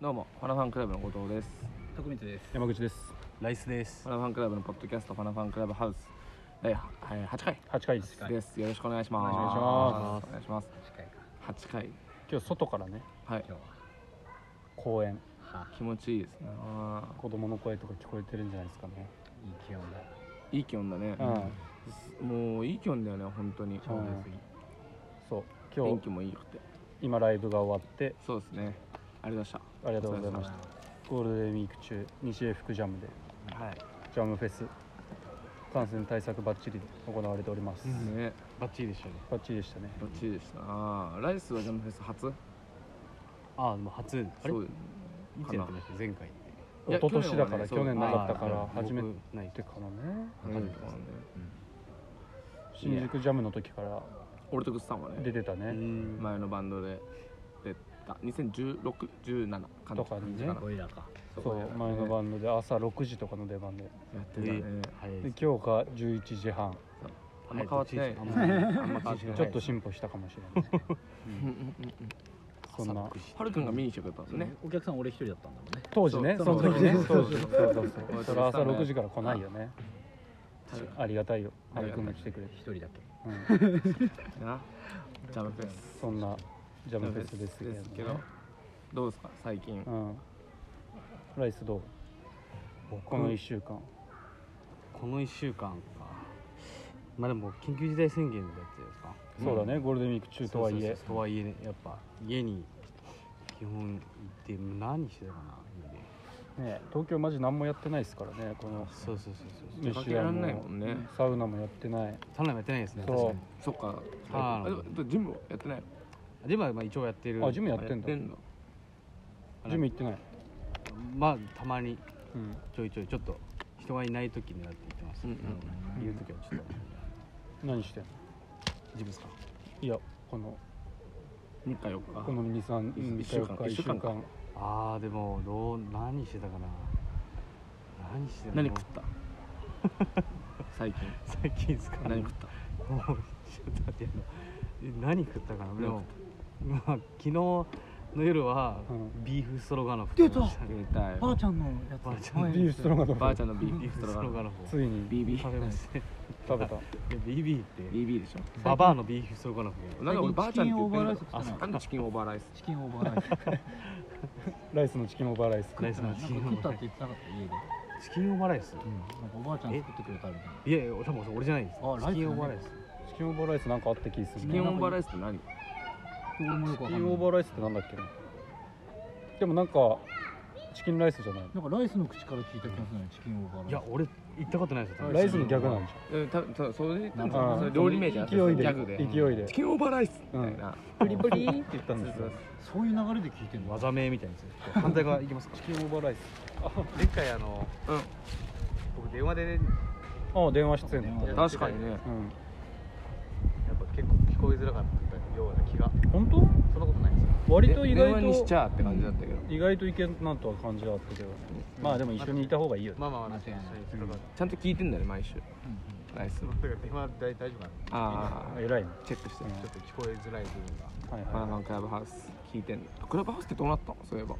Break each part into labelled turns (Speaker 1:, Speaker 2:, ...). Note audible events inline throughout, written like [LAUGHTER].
Speaker 1: どうもファナファンクラブの後藤です
Speaker 2: 徳光です。
Speaker 3: 山口です
Speaker 4: ライスです
Speaker 1: ファナファンクラブのポッドキャストファナファンクラブハウス第はえー8回
Speaker 3: 8回です
Speaker 2: 8回
Speaker 1: ですよろしくお願いします
Speaker 2: お願いし
Speaker 3: ます
Speaker 1: お願いします
Speaker 2: 近いか。
Speaker 1: 8回
Speaker 3: 今日外からね
Speaker 1: はい
Speaker 2: 今日
Speaker 3: 公園
Speaker 2: は。はあ、
Speaker 1: 気持ちいいですねあ
Speaker 3: 子供の声とか聞こえてるんじゃないですかね
Speaker 2: いい気温だ。
Speaker 1: ーいい気温だね
Speaker 3: うん、
Speaker 1: もういい気温だよね本当に
Speaker 2: ちょうどよすぎ。
Speaker 3: そう今
Speaker 1: 天
Speaker 3: 日
Speaker 1: 気もいいよくて
Speaker 3: 今ライブが終わって
Speaker 1: そうですねありがとうございました
Speaker 3: ありがとうございまし
Speaker 2: ま
Speaker 3: た
Speaker 2: あ
Speaker 3: ゴールデンウィーク中西英福ジャムで
Speaker 4: はい
Speaker 3: ジャムフェス感染対策バッチリで行われております、
Speaker 1: ね
Speaker 4: バッチリでしたね
Speaker 3: バッチリでしたね
Speaker 1: どっちでしたあーライスはジャムフェス初
Speaker 4: ああでも初あれ
Speaker 1: そう
Speaker 4: いつやってました前回って
Speaker 1: いや
Speaker 3: 一昨年だから
Speaker 1: 去
Speaker 3: 去
Speaker 1: 年は
Speaker 3: 年な
Speaker 1: ね
Speaker 3: かったか
Speaker 4: あ
Speaker 3: ら
Speaker 4: ー
Speaker 3: 初め
Speaker 4: 僕ない
Speaker 3: てかなね
Speaker 1: 初めてだ
Speaker 4: 初
Speaker 1: ね
Speaker 3: 新宿ジャムの時から
Speaker 1: 俺とグッさんはね
Speaker 3: 出てたね
Speaker 4: ま
Speaker 1: 前のバンドで出た201617かな
Speaker 3: とかにね
Speaker 1: 感じ
Speaker 2: ゴリラか。
Speaker 3: そう前のバンドで朝6時とかの出番で
Speaker 1: やってたね
Speaker 4: 早い
Speaker 3: で
Speaker 4: です
Speaker 3: 今日が11時半
Speaker 1: あんま変わってない
Speaker 4: あんま変わってない
Speaker 1: あんま変わってない
Speaker 3: ちょっと進歩したかもしれないそんな
Speaker 1: はるくんが見に来てくれたんですね
Speaker 2: ね。お客さん俺一人だったんだもんね。
Speaker 3: 当時ね
Speaker 1: そ
Speaker 3: そうの時ね
Speaker 1: そ
Speaker 3: 当
Speaker 1: の時
Speaker 3: 時
Speaker 1: ね
Speaker 3: そうそうそう
Speaker 1: そう
Speaker 3: [LAUGHS] それは朝6時から来ないよね
Speaker 1: 確か
Speaker 3: ありがたいよ
Speaker 1: あ
Speaker 3: 阿
Speaker 1: り
Speaker 3: 部
Speaker 1: がたい
Speaker 3: 君が来てくれて
Speaker 2: 一、人だけ。
Speaker 3: うん、
Speaker 1: になジャムフェス
Speaker 3: そんなジ
Speaker 1: ジ
Speaker 3: ャムフェスですけど,、
Speaker 1: けどどうですか最近
Speaker 3: うん、ライスどうこの1週間
Speaker 4: この1週間かまあでも緊急事態宣言だったじゃないですか
Speaker 3: そうだねゴールデンウィーク中とはい
Speaker 4: そう
Speaker 3: え
Speaker 4: そうそうとはいえねやっぱ家に基本行って何してたかな家で
Speaker 3: ね東京マジ何もやってないですからねこの
Speaker 4: そうそうそうそう
Speaker 1: 出かけられないもんね
Speaker 3: サウナもやってない
Speaker 4: サウナもやってないですね
Speaker 3: そう
Speaker 4: 確かに
Speaker 1: そっか
Speaker 4: あー
Speaker 1: あでもジムはやってない
Speaker 4: ジムはまあ一応やってる
Speaker 3: あジムやってんだ
Speaker 1: やの
Speaker 3: ジム行ってない、
Speaker 4: まあたまに
Speaker 3: うん、
Speaker 4: ちょいちょいちょっと人がいない時になって行ってます、
Speaker 1: うん
Speaker 4: いる時はちょっと
Speaker 3: 何してんの
Speaker 4: ジムですか
Speaker 3: いやこの
Speaker 1: 3日4
Speaker 3: この23
Speaker 1: い一週間
Speaker 3: 1
Speaker 1: 一週
Speaker 3: 週
Speaker 1: 間
Speaker 3: 間
Speaker 1: か
Speaker 4: ああでもどう何してたかな何してた
Speaker 1: 何
Speaker 4: の
Speaker 1: 食った最近
Speaker 4: 最近ですか
Speaker 1: 何食った
Speaker 4: もうちょっと待ってあの何食ったかなでもまあ昨日の夜は
Speaker 3: うん
Speaker 4: ビーフストロガノフ食べました
Speaker 1: 食べたい
Speaker 2: ちゃんのや
Speaker 4: ばあちゃ
Speaker 2: [LAUGHS]
Speaker 3: ビーフストロガノ
Speaker 1: ばあ
Speaker 3: フ
Speaker 1: ちゃんのビー
Speaker 4: ビ
Speaker 1: ビ
Speaker 4: ー
Speaker 1: ーフス
Speaker 4: フスト
Speaker 1: ト
Speaker 4: ロ
Speaker 1: ロガ
Speaker 4: ガ
Speaker 1: ノ
Speaker 4: ノフ
Speaker 3: ついに
Speaker 1: BB
Speaker 4: 食べましたね
Speaker 3: 食べた
Speaker 4: で BB って
Speaker 1: BB でしょ
Speaker 4: ババアのビーフストロガノフ
Speaker 1: なんで俺ばあちゃんって言ってんだろ
Speaker 2: チキンオーバーライス食った
Speaker 1: あ
Speaker 2: な
Speaker 1: なんでチキンオーバーライス
Speaker 2: チキンオーバーライス。
Speaker 3: ライスのチキンオーバーライス
Speaker 4: ライス
Speaker 2: な
Speaker 4: の
Speaker 2: んか
Speaker 4: チキンオ
Speaker 2: 食っ
Speaker 4: ー
Speaker 2: た
Speaker 4: バ
Speaker 2: っ
Speaker 4: ー
Speaker 2: て
Speaker 4: ライ
Speaker 2: 言ってなかった家で。
Speaker 4: スチキンオーバーライス
Speaker 2: うん。なんかおばあちゃん作ってくれたみたいな。
Speaker 4: いやいや多分俺じゃないです
Speaker 2: あライスだね
Speaker 4: チキンオーバーライス
Speaker 3: チキンオーバーライスなんかあった気す
Speaker 1: チ
Speaker 3: る
Speaker 1: キン
Speaker 3: ね
Speaker 1: オーバーライスって何
Speaker 2: 俺もよ
Speaker 3: チ
Speaker 2: くわ
Speaker 3: キ
Speaker 2: かん
Speaker 3: ンオ
Speaker 2: ない。
Speaker 3: ーバーライスってなんだっけなでもなんかチキンライスじゃない
Speaker 2: なんかライスの口から聞いた気がするね。チキンオーバーライス。
Speaker 4: いや俺行ったことないですよ多分
Speaker 3: ライスの逆なんじ
Speaker 1: うんたたそれで
Speaker 2: なん
Speaker 3: ゃん
Speaker 2: か
Speaker 1: そ
Speaker 3: う
Speaker 1: れ
Speaker 3: ん
Speaker 1: 料理名じゃん
Speaker 3: 勢
Speaker 1: ギ
Speaker 3: いで
Speaker 1: ャグで
Speaker 3: 勢いで
Speaker 1: チキンオーバーライスみたいなプリプリって言った
Speaker 3: んですよ
Speaker 2: そういう流れで聞いてるの。
Speaker 4: 技名みたいなやつ反対側行きますか
Speaker 3: チキンオーバーライス
Speaker 4: 前回あの
Speaker 1: うん
Speaker 4: 僕電話でね
Speaker 3: ああ電話出演
Speaker 2: 電
Speaker 3: だ
Speaker 2: 話
Speaker 1: 確
Speaker 3: っ
Speaker 1: かにね
Speaker 3: たうん
Speaker 4: やっぱ結構聞こえづらかったような気が
Speaker 3: 本
Speaker 4: そんなことないですか
Speaker 3: 当割と意
Speaker 1: 電話
Speaker 3: 外
Speaker 1: にしち
Speaker 3: と
Speaker 1: ゃーって感じだったけど
Speaker 3: 意外といけんなとは感じだったけどまあでも一緒にいた方がいいよ
Speaker 4: まあまあまあ
Speaker 2: 間違いない
Speaker 4: それは
Speaker 1: ちゃんと聞いてんだね毎週
Speaker 2: うんうん
Speaker 1: ライス
Speaker 4: そのだから電話大大丈夫かな
Speaker 1: ああ
Speaker 3: 偉いね
Speaker 1: チェックして
Speaker 3: うん
Speaker 4: ちょっと聞こえづらい部分が
Speaker 3: はい
Speaker 1: マナマ
Speaker 3: は
Speaker 1: ンクラブハウス聞いてんのクラブハウスってどうなったのそういえば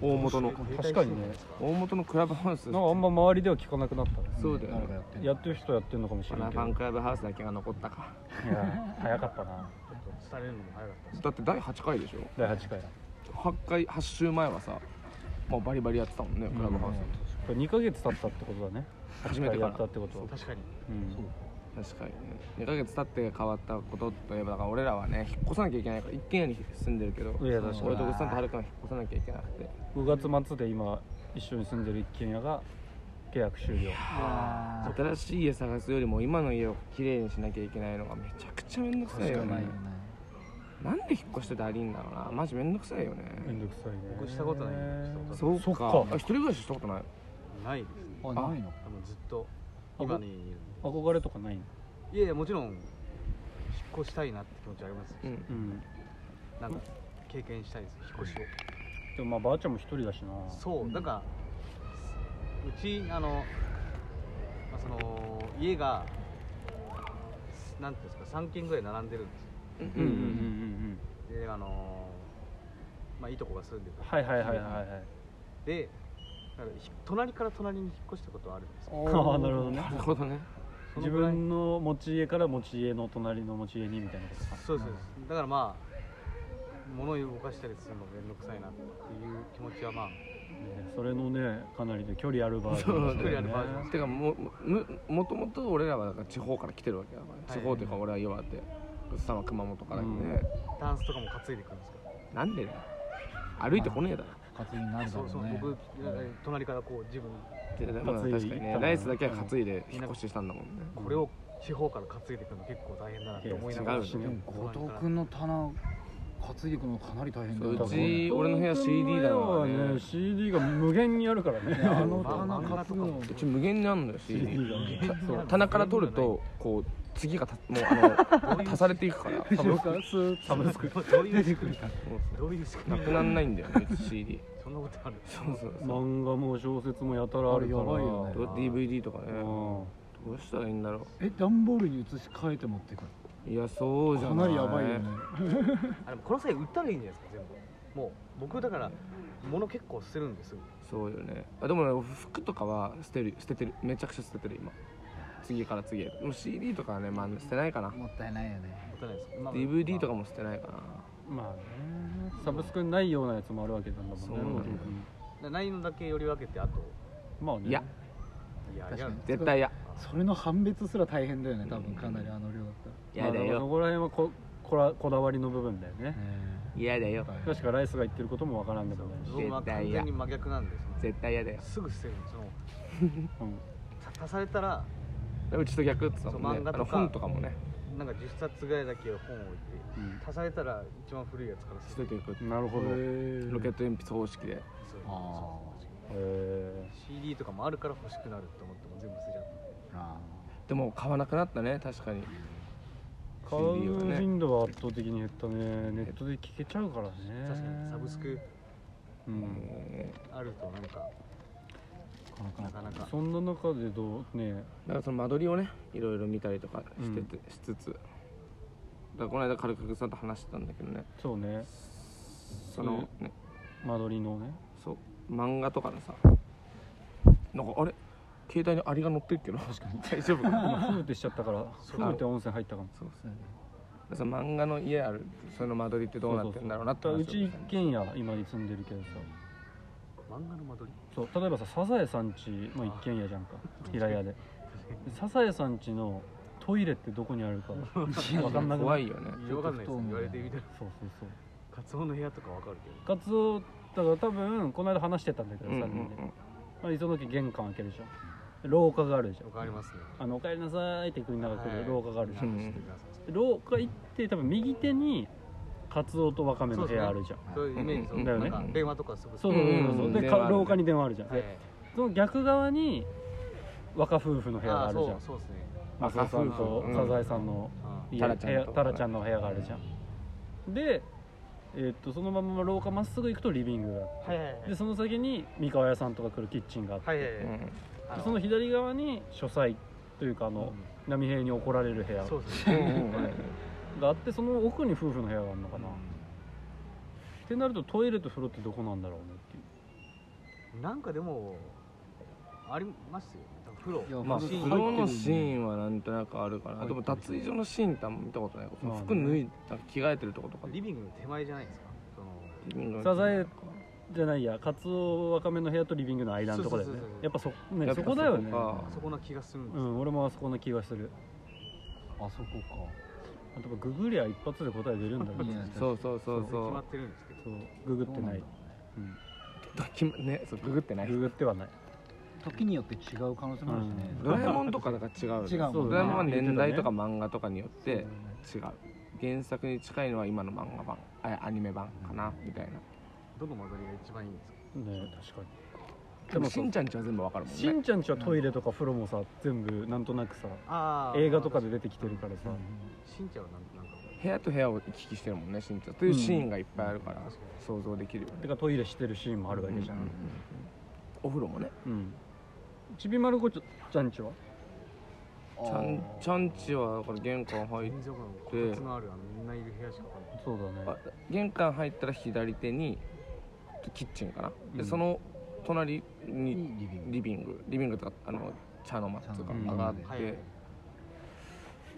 Speaker 1: 大元の
Speaker 3: い確かにね
Speaker 1: 大元のクラブハウス
Speaker 3: なんかあんま周りでは聞かなくなったね
Speaker 1: そうだよ
Speaker 2: 誰が
Speaker 1: ね
Speaker 2: やってんの
Speaker 3: やってる人やってるのかもし
Speaker 1: マ
Speaker 3: れ
Speaker 1: ナ
Speaker 3: ないけ
Speaker 1: ファ
Speaker 3: ど
Speaker 1: ンクラブハウスだけが残ったか
Speaker 3: いや早かったな
Speaker 4: 伝えるのも早かったし
Speaker 1: だって第8回でしょ
Speaker 3: 第8回
Speaker 1: 8回8週前はさもうバリバリやってたもんねクラブハウス、
Speaker 3: これ2ヶ月経ったってことだね
Speaker 1: 初めてか
Speaker 3: やったっ
Speaker 1: ら
Speaker 3: てこと
Speaker 4: 確かに
Speaker 3: うん
Speaker 2: そう
Speaker 1: 確かにね2ヶ月経って変わったことといえばだから俺らはね引っ越さなきゃいけないから一軒家に住んでるけど
Speaker 3: いや確かに
Speaker 1: 俺とぐっさんとはるかは引っ越さなきゃいけなくて
Speaker 3: 5月末で今一緒に住んでる一軒家が契約終了
Speaker 2: あー
Speaker 1: 新しい家探すよりも今の家をきれいにしなきゃいけないのがめちゃくちゃめんどくさいよ
Speaker 2: ない
Speaker 1: ね
Speaker 2: よね。
Speaker 1: なんで引っ越しててありんだろうなマジめんどくさいよね
Speaker 3: めんどくさいね
Speaker 4: 僕したことないしたこと
Speaker 1: そう
Speaker 3: そ
Speaker 1: か
Speaker 3: っか
Speaker 1: あ一人暮らししたことない
Speaker 4: ないですね
Speaker 2: あ、ないの。
Speaker 4: あのずっと今にいるんで
Speaker 3: 憧れとかないの
Speaker 4: いやいやもちろん引っ越したいなって気持ちはあります
Speaker 1: う
Speaker 4: し
Speaker 1: ん
Speaker 3: うん
Speaker 4: なんか経験したいです引っ越しを
Speaker 3: でもまあばあちゃんも一人だしな
Speaker 4: そうなんかうちあの、まあ、その家がなんていうんですか3軒ぐらい並んでるんです
Speaker 1: うん
Speaker 3: うんうんうん
Speaker 4: よであのまあ、いいとこが住んでた
Speaker 3: はいはいはいはいはい
Speaker 4: でだからひ隣から隣に引っ越したことはあるんですよ
Speaker 3: ああなるほどね
Speaker 1: なるほどね
Speaker 4: そ
Speaker 3: 自
Speaker 4: のぐらい
Speaker 3: 分の持ち家から持ち家の隣の持ち家にみたいなことか
Speaker 4: そうですそうですだからまあ物を動かしたりするの面倒くさいなっていう気持ちはまあ
Speaker 3: ねそれのねかなりね距離あるバージョン
Speaker 1: そう
Speaker 3: ですね
Speaker 4: 距離あるバージョン
Speaker 1: てかもむもともと俺らはだから地方から来てるわけだから、
Speaker 4: はい
Speaker 1: 地方というか俺は岩手草は熊本から来て、ね
Speaker 4: ダンスとかも担いでくるんですか
Speaker 1: なんでだよ歩いてこねえだろ
Speaker 2: 活にな
Speaker 4: ら
Speaker 2: るだろ
Speaker 4: そううそう
Speaker 2: ね
Speaker 4: 僕隣からこう自分
Speaker 1: ってだから
Speaker 3: 担いで
Speaker 1: 確かにね
Speaker 3: 行ったもんね
Speaker 1: ライスだけは担いで引っ越ししたんだもんね
Speaker 4: これを地方から担いでくるの結構大変だなって思いながら
Speaker 1: いや違
Speaker 3: う
Speaker 2: で
Speaker 3: よ
Speaker 2: も後藤君の棚担いでいくのかなり大変だよ
Speaker 1: そう
Speaker 3: 多
Speaker 1: う
Speaker 3: 分ね
Speaker 1: ち俺の部屋 CD だからね
Speaker 3: 本当の家は CD が無限にあるからね
Speaker 2: いやあの
Speaker 4: まあ
Speaker 2: 棚担ぐの
Speaker 1: うち無限にあんのよ CD
Speaker 3: CD がね
Speaker 1: そう棚から取るとこう次がたもうあの足されていくから
Speaker 3: サブスサブスク
Speaker 4: どういう仕組みかどういう仕組
Speaker 1: な
Speaker 4: み
Speaker 1: くなんないんだよねうち CD
Speaker 4: そんなことある
Speaker 1: そうそうそう
Speaker 3: 漫画も小説もやたらあるから
Speaker 2: あれやばいよね
Speaker 1: どう DVD とかね
Speaker 3: うん
Speaker 1: どうしたらいいんだろ
Speaker 2: え段ボールに移し替えて持ってくる
Speaker 1: ういやそうじゃ
Speaker 2: か
Speaker 1: な
Speaker 2: ないりやばいよね
Speaker 4: あでもこの際売ったらいいんじゃないですか全部もう僕だから物結構捨てるんですよ
Speaker 1: そうよねあでもね服とかは捨てる捨ててるめちゃくちゃ捨ててる今次から次へでも CD とかはね、まあ、捨てないかな
Speaker 2: もったいないよね
Speaker 4: 持たないですまあ
Speaker 1: DVD とか
Speaker 4: ま
Speaker 1: も捨てないかな
Speaker 3: まあねサブスクにないようなやつもあるわけなんだもんね
Speaker 1: そうなんだよ
Speaker 4: あないのだけより分けてあと
Speaker 3: まあね
Speaker 1: いや
Speaker 4: いやい
Speaker 2: 確か
Speaker 4: や
Speaker 2: に
Speaker 1: 絶対嫌
Speaker 2: それの判別すら大変だよね多分かなりあの量だった
Speaker 1: 嫌だ
Speaker 3: まあそ
Speaker 1: よ
Speaker 3: こら辺はここらこだわりの部分だよね
Speaker 2: らね
Speaker 1: 嫌だよ
Speaker 2: え
Speaker 3: 確かライスが言ってることもわからんでもないし、
Speaker 4: 僕は完全に真逆なんです
Speaker 1: 絶対嫌だよ
Speaker 4: すぐ捨てるんですその
Speaker 3: うん
Speaker 4: た足されたら
Speaker 1: うちと逆って言ったもんね
Speaker 4: そう漫画
Speaker 1: あ
Speaker 4: と
Speaker 1: の
Speaker 4: か
Speaker 1: 本とかもね
Speaker 4: なんか10冊ぐらいだけ本を置いて
Speaker 3: うん
Speaker 4: 足されたら一番古いやつから捨
Speaker 1: 捨
Speaker 4: て
Speaker 1: て
Speaker 4: る
Speaker 1: ていく
Speaker 3: なるほどへ
Speaker 1: ロケット鉛筆方式で
Speaker 4: そう
Speaker 2: あ
Speaker 3: え
Speaker 4: CD とかもあるから欲しくなると思っても全部捨てちゃう
Speaker 2: あ
Speaker 1: でも買わなくなったね確かに
Speaker 3: 買
Speaker 1: CD は
Speaker 3: う
Speaker 1: ね
Speaker 3: 頻度は圧倒的に減ったねネットで聞けちゃうからね
Speaker 4: 確かにサブスク
Speaker 3: うん
Speaker 1: え
Speaker 4: あるとなんか
Speaker 2: この
Speaker 4: なかなか
Speaker 3: そんな中でどうね
Speaker 1: ーだからその間取りをねいろいろ見たりとかしてて、しつつだからこの間軽くさんと話してたんだけどね
Speaker 3: そうね
Speaker 1: そのね
Speaker 3: 間取りのね
Speaker 1: そう漫画とかのさなんかあれ携帯にアリが乗ってるけど
Speaker 2: 確かに
Speaker 1: 大丈夫かな
Speaker 3: 今フーってしちゃったからフーって温泉入ったかも
Speaker 1: そうそうその漫画の家あるその間取りってどうなってんだろうなって
Speaker 3: だからう
Speaker 1: 話
Speaker 3: ち
Speaker 1: を
Speaker 3: 一軒家今に住んでるけどさ
Speaker 4: 漫画の間取
Speaker 3: そう例えばさサザエさんちの一軒家じゃんか平屋でサザエさんちのトイレってどこにあるか分かんなく
Speaker 1: 怖
Speaker 3: い
Speaker 1: いよね
Speaker 4: りわかんないですよ言われてみたら
Speaker 3: そうそうそう
Speaker 4: カツオの部屋とかわかるけど
Speaker 3: カツオだから多分この間話してたんだけど
Speaker 1: うんうん
Speaker 3: 3
Speaker 1: う
Speaker 3: 人で、
Speaker 1: ん
Speaker 3: まあ、磯野家玄関開けるじゃん廊下があるじゃん
Speaker 4: わかりますね
Speaker 3: あのおかえりなさいって国永来
Speaker 4: は
Speaker 3: る
Speaker 4: い
Speaker 3: 廊下があるじゃん
Speaker 1: うん
Speaker 4: 知ってください
Speaker 3: 廊下行って多分右手にカツオとワカメの部屋あるじゃん
Speaker 4: そういうイメージ、
Speaker 1: うん
Speaker 3: だよ
Speaker 4: な
Speaker 3: ね
Speaker 4: んか電話とかすぐ
Speaker 3: そうそうそうそう
Speaker 1: うん
Speaker 3: で
Speaker 1: 電
Speaker 3: か
Speaker 1: 話あるね
Speaker 3: 廊下に電話あるじゃん、
Speaker 4: はい
Speaker 3: でその逆側に若夫婦の部屋があるじゃん
Speaker 4: ーそうそうですね
Speaker 3: マスオさんと
Speaker 1: うん
Speaker 3: サザエさんの
Speaker 4: あ
Speaker 3: 家
Speaker 1: タラちゃんと
Speaker 3: 部屋タラちゃんの部屋があるじゃんで、えーっとそのまま廊下まっすぐ行くとリビングがあっ
Speaker 4: ーはいはいはい
Speaker 3: てでその先に三河屋さんとか来るキッチンがあって、
Speaker 4: はいはいはい
Speaker 1: うん
Speaker 4: あ
Speaker 3: でその左側に書斎というかあ
Speaker 4: う
Speaker 3: の
Speaker 4: ん、
Speaker 3: 波平に怒られる部屋
Speaker 4: そうです
Speaker 1: う
Speaker 4: ね
Speaker 1: んうんうん
Speaker 3: があってその奥に夫婦の部屋があるのかな、ってなるとトイレと風呂ってどこなんだろうねっていう
Speaker 4: なんかでもありますよ多分
Speaker 2: い
Speaker 4: 風呂
Speaker 2: や
Speaker 1: まあ
Speaker 2: 風
Speaker 1: 風
Speaker 2: 呂
Speaker 1: 呂のシーンはなんとなくあるから
Speaker 3: 入
Speaker 1: で
Speaker 3: って
Speaker 1: も
Speaker 3: る
Speaker 1: 脱衣所のシーンってあんま見たことない
Speaker 3: まあね
Speaker 1: 服脱いなんか着替えてるとことか
Speaker 4: リビングの手前じゃないですかその
Speaker 1: リビングの
Speaker 3: サザエじゃないやカツオワカメの部屋とリビングの間のとこだよね
Speaker 4: そうそうそうそう
Speaker 3: や
Speaker 1: や、
Speaker 3: っぱそ,、ね
Speaker 1: っ
Speaker 3: そ
Speaker 1: ぱ
Speaker 3: こだよね
Speaker 1: そこか
Speaker 4: あそこな気がするんで
Speaker 3: う
Speaker 4: すよ
Speaker 3: ん俺もあそこな気がする
Speaker 2: あそこ
Speaker 3: あとググりゃ一発で答え出るんだろう
Speaker 2: いや
Speaker 3: ね
Speaker 1: そうそうそう
Speaker 4: 決
Speaker 1: そ
Speaker 4: まっ
Speaker 1: う
Speaker 4: てるんですけど
Speaker 3: そうググ
Speaker 2: か
Speaker 3: ってない
Speaker 2: そうなんだ
Speaker 3: うん
Speaker 1: ドキュメねそうググってない
Speaker 3: ググってはない
Speaker 2: 時によって違う可能性もあるしね、
Speaker 1: [LAUGHS] ドラえもんとかだから違うよね
Speaker 2: 違うもんね
Speaker 1: ドラえもんは
Speaker 3: 言ってたね
Speaker 1: 年代とか漫画とかによって違う
Speaker 2: そう
Speaker 1: 原作に近いのは今の漫画版あアニメ版かなみたいな
Speaker 4: どの間取りが一番いいんですか
Speaker 3: ね確かに
Speaker 1: で
Speaker 3: で
Speaker 1: も
Speaker 3: も
Speaker 1: しんちゃんちは全部わかるもん
Speaker 3: し
Speaker 1: ね
Speaker 3: んちゃんちはトイレとか風呂もさ全部なんとなくさ
Speaker 4: あ
Speaker 3: 映画とかで出てきてるからさ
Speaker 4: しんちゃんはなんなんか
Speaker 1: 部屋と部屋を行き来してるもんねしんちゃんというシーンがいっぱいあるから
Speaker 4: うん
Speaker 1: 想像できるよね
Speaker 3: てかトイレしてるシーンもあるわけじゃ
Speaker 1: うんうん
Speaker 3: ん
Speaker 1: うんお風呂もね
Speaker 3: うんちびまる子ちゃんちは
Speaker 1: ちゃんちゃんちはだから玄関入っ
Speaker 4: 臨場感こたつのあるあのみんないる部屋しかわかんない
Speaker 3: そうだ
Speaker 1: あ
Speaker 3: ね
Speaker 1: 玄関入ったら左手にキッチンかな、
Speaker 3: う
Speaker 1: で
Speaker 3: ん
Speaker 1: その隣
Speaker 2: いい
Speaker 1: に
Speaker 2: リビ
Speaker 1: リビ
Speaker 2: ング
Speaker 1: ングリビングとかあの茶の間とか
Speaker 2: 茶の
Speaker 3: 間
Speaker 1: 上がって、
Speaker 4: はい
Speaker 1: え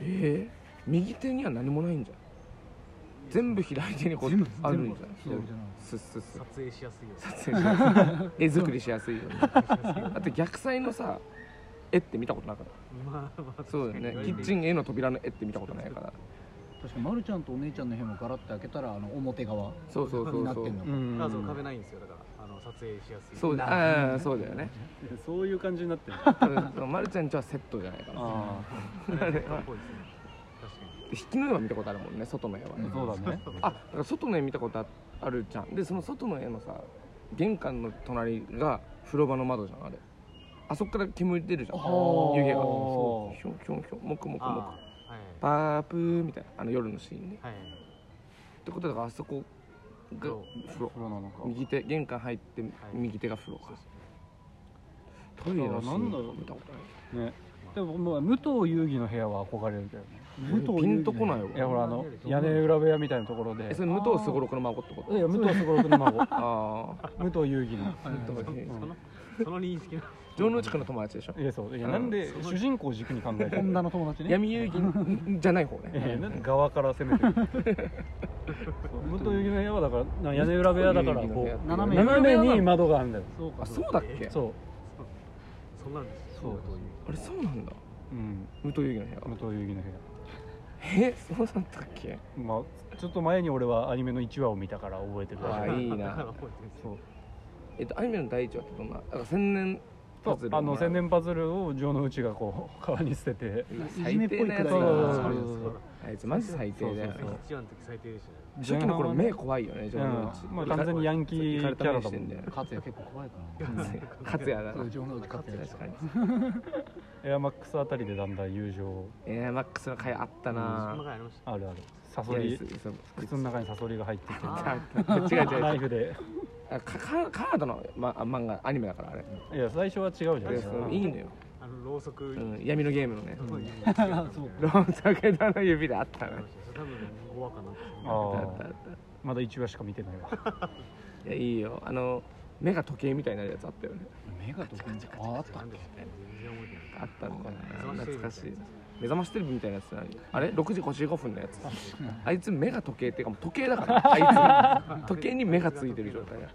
Speaker 1: え右手には何もないんじゃん全部左手にこう
Speaker 2: 全部
Speaker 1: あるんじゃん
Speaker 2: 全部左じゃない
Speaker 1: スッスッス
Speaker 4: 撮
Speaker 1: ッ
Speaker 4: 影しやすいよ
Speaker 1: 撮影しや
Speaker 2: [LAUGHS]
Speaker 1: すい絵作りしやすいよね
Speaker 4: ま
Speaker 1: あと逆サイのさ絵って見たことなかっ
Speaker 4: あまあ
Speaker 1: たそうだよねキッチ
Speaker 4: ン
Speaker 1: ンへの扉の絵って見たことないから
Speaker 2: 確かまるちゃんとお姉ちゃんの部屋もガラッと開けたらあの表側
Speaker 1: そうそうそ
Speaker 2: に
Speaker 1: う
Speaker 2: なっ
Speaker 1: そ
Speaker 2: て
Speaker 1: うん
Speaker 2: の
Speaker 3: うん
Speaker 4: 画像壁ないんですよだからあの撮影しやすい
Speaker 1: そうだあーそうだよね
Speaker 3: そういう感じに
Speaker 1: [LAUGHS]
Speaker 3: なってる
Speaker 1: 多分そのまるちゃんちはセットじゃないかな
Speaker 3: あ
Speaker 4: うなんですね確かに
Speaker 1: 引きの絵は見たことあるもんね外の絵はね、
Speaker 3: あそうだね
Speaker 1: あだから外の絵見たことああるじゃんでその外の絵のさ玄関の隣が風呂場の窓じゃんあれあそこから煙出るじゃん
Speaker 2: あ
Speaker 1: 湯
Speaker 2: ー
Speaker 1: 気がそうひょんひょんひょんもくもく
Speaker 4: あ
Speaker 1: もく
Speaker 4: ー
Speaker 1: パープーみたいなあの夜のシーンね
Speaker 4: はいはい
Speaker 1: ってことだからあそこが
Speaker 4: そう
Speaker 1: 風呂
Speaker 3: そうなのか
Speaker 1: 右手玄関入って右手が風呂
Speaker 4: そう
Speaker 1: か
Speaker 4: そう
Speaker 1: トイレのシーン
Speaker 3: だからなんだろう
Speaker 1: 見たことない
Speaker 3: ねでももう武藤遊戯の部屋は憧れるけどね
Speaker 1: 俺ピンとこない
Speaker 3: いや
Speaker 1: わ
Speaker 3: ほらあの屋根裏部屋みたいなところで
Speaker 1: えそれ武藤すごろくの孫ってこと
Speaker 3: いや武藤すごろくの孫
Speaker 1: ああ
Speaker 3: [LAUGHS] 武藤遊戯の
Speaker 1: 武藤
Speaker 4: そのその認識な
Speaker 1: 城之内くんの友達でしょ
Speaker 3: いやそういや
Speaker 1: うん
Speaker 3: なんで主人公を軸に考えてる
Speaker 2: 女の友達ね
Speaker 1: 闇遊戯じゃない方ね
Speaker 3: いやいやなんで側から攻め [LAUGHS] てるそう武藤遊戯の部屋はだからな屋根裏部屋だからこう
Speaker 2: 斜め
Speaker 3: 斜めに窓があるんだよ
Speaker 4: そう
Speaker 1: あそうだっけ
Speaker 3: そ
Speaker 4: そんなんです
Speaker 3: そう
Speaker 4: という
Speaker 1: あれそうなんだ
Speaker 3: ううん
Speaker 1: 武藤遊戯の部屋
Speaker 3: 武藤遊戯の部屋
Speaker 1: えそうだったっけ
Speaker 3: まあちょっと前に俺はアニメの1話を見たから覚えてる
Speaker 1: あ
Speaker 3: だけ
Speaker 1: ーいいな
Speaker 4: だから覚えてるんです
Speaker 3: そ
Speaker 4: よ
Speaker 3: う
Speaker 1: えっとアニメの第一話ってどんなだから千年パズル
Speaker 3: あの千年パズルを城之内がこう [LAUGHS] 川に捨てて
Speaker 1: うわ
Speaker 2: いじ
Speaker 1: 最
Speaker 2: めっぽ
Speaker 1: 低
Speaker 2: い
Speaker 1: な
Speaker 2: く
Speaker 1: やつ
Speaker 2: ら
Speaker 1: だ
Speaker 2: い
Speaker 3: そう
Speaker 1: な
Speaker 3: そう
Speaker 4: そうですか
Speaker 1: あいつマジ最低だよ
Speaker 3: そうそう
Speaker 4: 一話の時最低でしたね
Speaker 1: 初期の頃目怖いよね
Speaker 3: う
Speaker 1: 城
Speaker 3: ん
Speaker 1: 之
Speaker 3: まあ
Speaker 1: 内
Speaker 3: 完全にヤンキ
Speaker 1: イ
Speaker 3: ーキ
Speaker 1: カれた
Speaker 3: ャラ
Speaker 1: 目
Speaker 3: だ
Speaker 1: し
Speaker 3: も
Speaker 1: て
Speaker 3: ん
Speaker 1: んだ
Speaker 3: ね
Speaker 1: よね
Speaker 2: 勝也結構怖いからな
Speaker 1: 勝也だな
Speaker 2: そう上手勝也でし
Speaker 1: 確かに
Speaker 3: エアマックスあたりでだんだん友情
Speaker 1: エアマックスの回あった
Speaker 4: そんな
Speaker 1: な
Speaker 4: [LAUGHS] 回ありました
Speaker 3: あるあるサ
Speaker 1: ぁ
Speaker 3: ソ
Speaker 1: いや
Speaker 3: リ
Speaker 1: そそ
Speaker 3: 靴の中にサソリが入ってきて
Speaker 4: あ
Speaker 1: 違う違う
Speaker 3: ナ
Speaker 1: 違
Speaker 3: イ
Speaker 1: う
Speaker 3: フで
Speaker 1: あかかカードの、ま、あ漫画アニメだからあれ
Speaker 3: いや最初は違うじゃない
Speaker 1: で
Speaker 3: です
Speaker 1: そ
Speaker 3: か
Speaker 1: のいいのよ、
Speaker 4: あのろうそく
Speaker 1: うん、闇のゲームのね
Speaker 4: そう
Speaker 1: ロンサケダの指であったのよ
Speaker 4: 多分5話かなんかですね
Speaker 3: あ
Speaker 1: あ
Speaker 3: ー
Speaker 1: ったあった
Speaker 3: まだ1話しか見てないわ
Speaker 1: いやいいよあの目が時計みたいになるやつあったよね
Speaker 2: 目がどこにああった
Speaker 4: なんですかね全然覚えてない
Speaker 1: あったんだよ
Speaker 4: わかん
Speaker 1: な
Speaker 4: ない
Speaker 1: 懐かしい目覚ましてるみたいなやつって何あれ6時55分のやつあいつ目が時計っていうかもう時計だからあいつ時計に目がついてる状態だ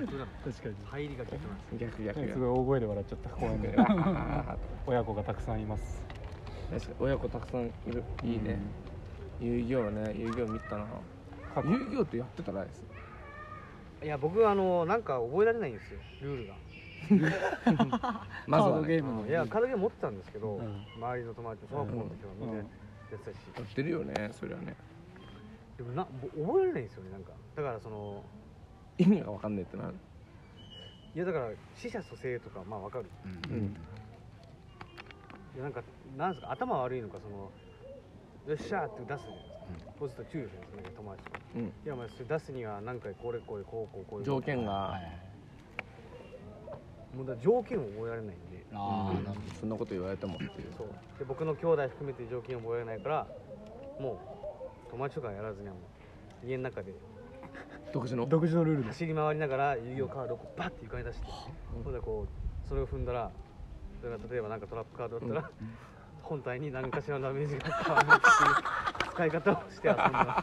Speaker 4: 逆なの
Speaker 3: 確かに
Speaker 4: 入りが逆なんですよ
Speaker 1: 逆逆
Speaker 3: す
Speaker 1: 逆
Speaker 3: [LAUGHS] ごい大声で笑っちゃった公園で
Speaker 1: あははは
Speaker 3: 親子がたくさんいます
Speaker 1: 確かに [LAUGHS] 親子たくさんいるいいね遊戯王ね遊戯王見たな
Speaker 3: 過去
Speaker 1: 遊戯王ってやってたらです
Speaker 4: いや僕あのなんか覚えられないんですよルールが
Speaker 1: まずは
Speaker 2: カードゲ
Speaker 1: ね
Speaker 2: ームの
Speaker 4: いやカラオケ持ってたんですけど、
Speaker 3: うん
Speaker 4: 周りの友達と小学校の時はみんなやってたし、
Speaker 1: やってるよねそれはね
Speaker 4: でもなぼ覚えられないんですよねなんかだからその
Speaker 1: 意味がわかんないってなる
Speaker 4: いやだから死者蘇生とかまあわかる
Speaker 1: うん
Speaker 4: いやなんかなんですか頭悪いのかそのよっしゃーって出すじゃないですか、そうすると注意するんですよなんか友達とか
Speaker 1: うん
Speaker 4: いやお前それ出すには何回これこれこうこうこういう
Speaker 1: 条件
Speaker 2: は
Speaker 1: が
Speaker 2: い
Speaker 4: もうだから条件を覚えられないんで
Speaker 2: ああなるほ
Speaker 1: そんなこと言われてもっていう
Speaker 4: そうで僕の兄弟含めて条件を覚えられないからもう友達とかやらずにはもう家の中で
Speaker 1: 独自の
Speaker 3: 独自のルールです
Speaker 4: 走り回りながら遊戯王カードをこうバッて床に出してほんでこうそれを踏んだらそれが例えばなんかトラップカードだったら、本体に何かしらのダメージが加わるっていう使い方をして遊ん
Speaker 1: [LAUGHS]
Speaker 4: だ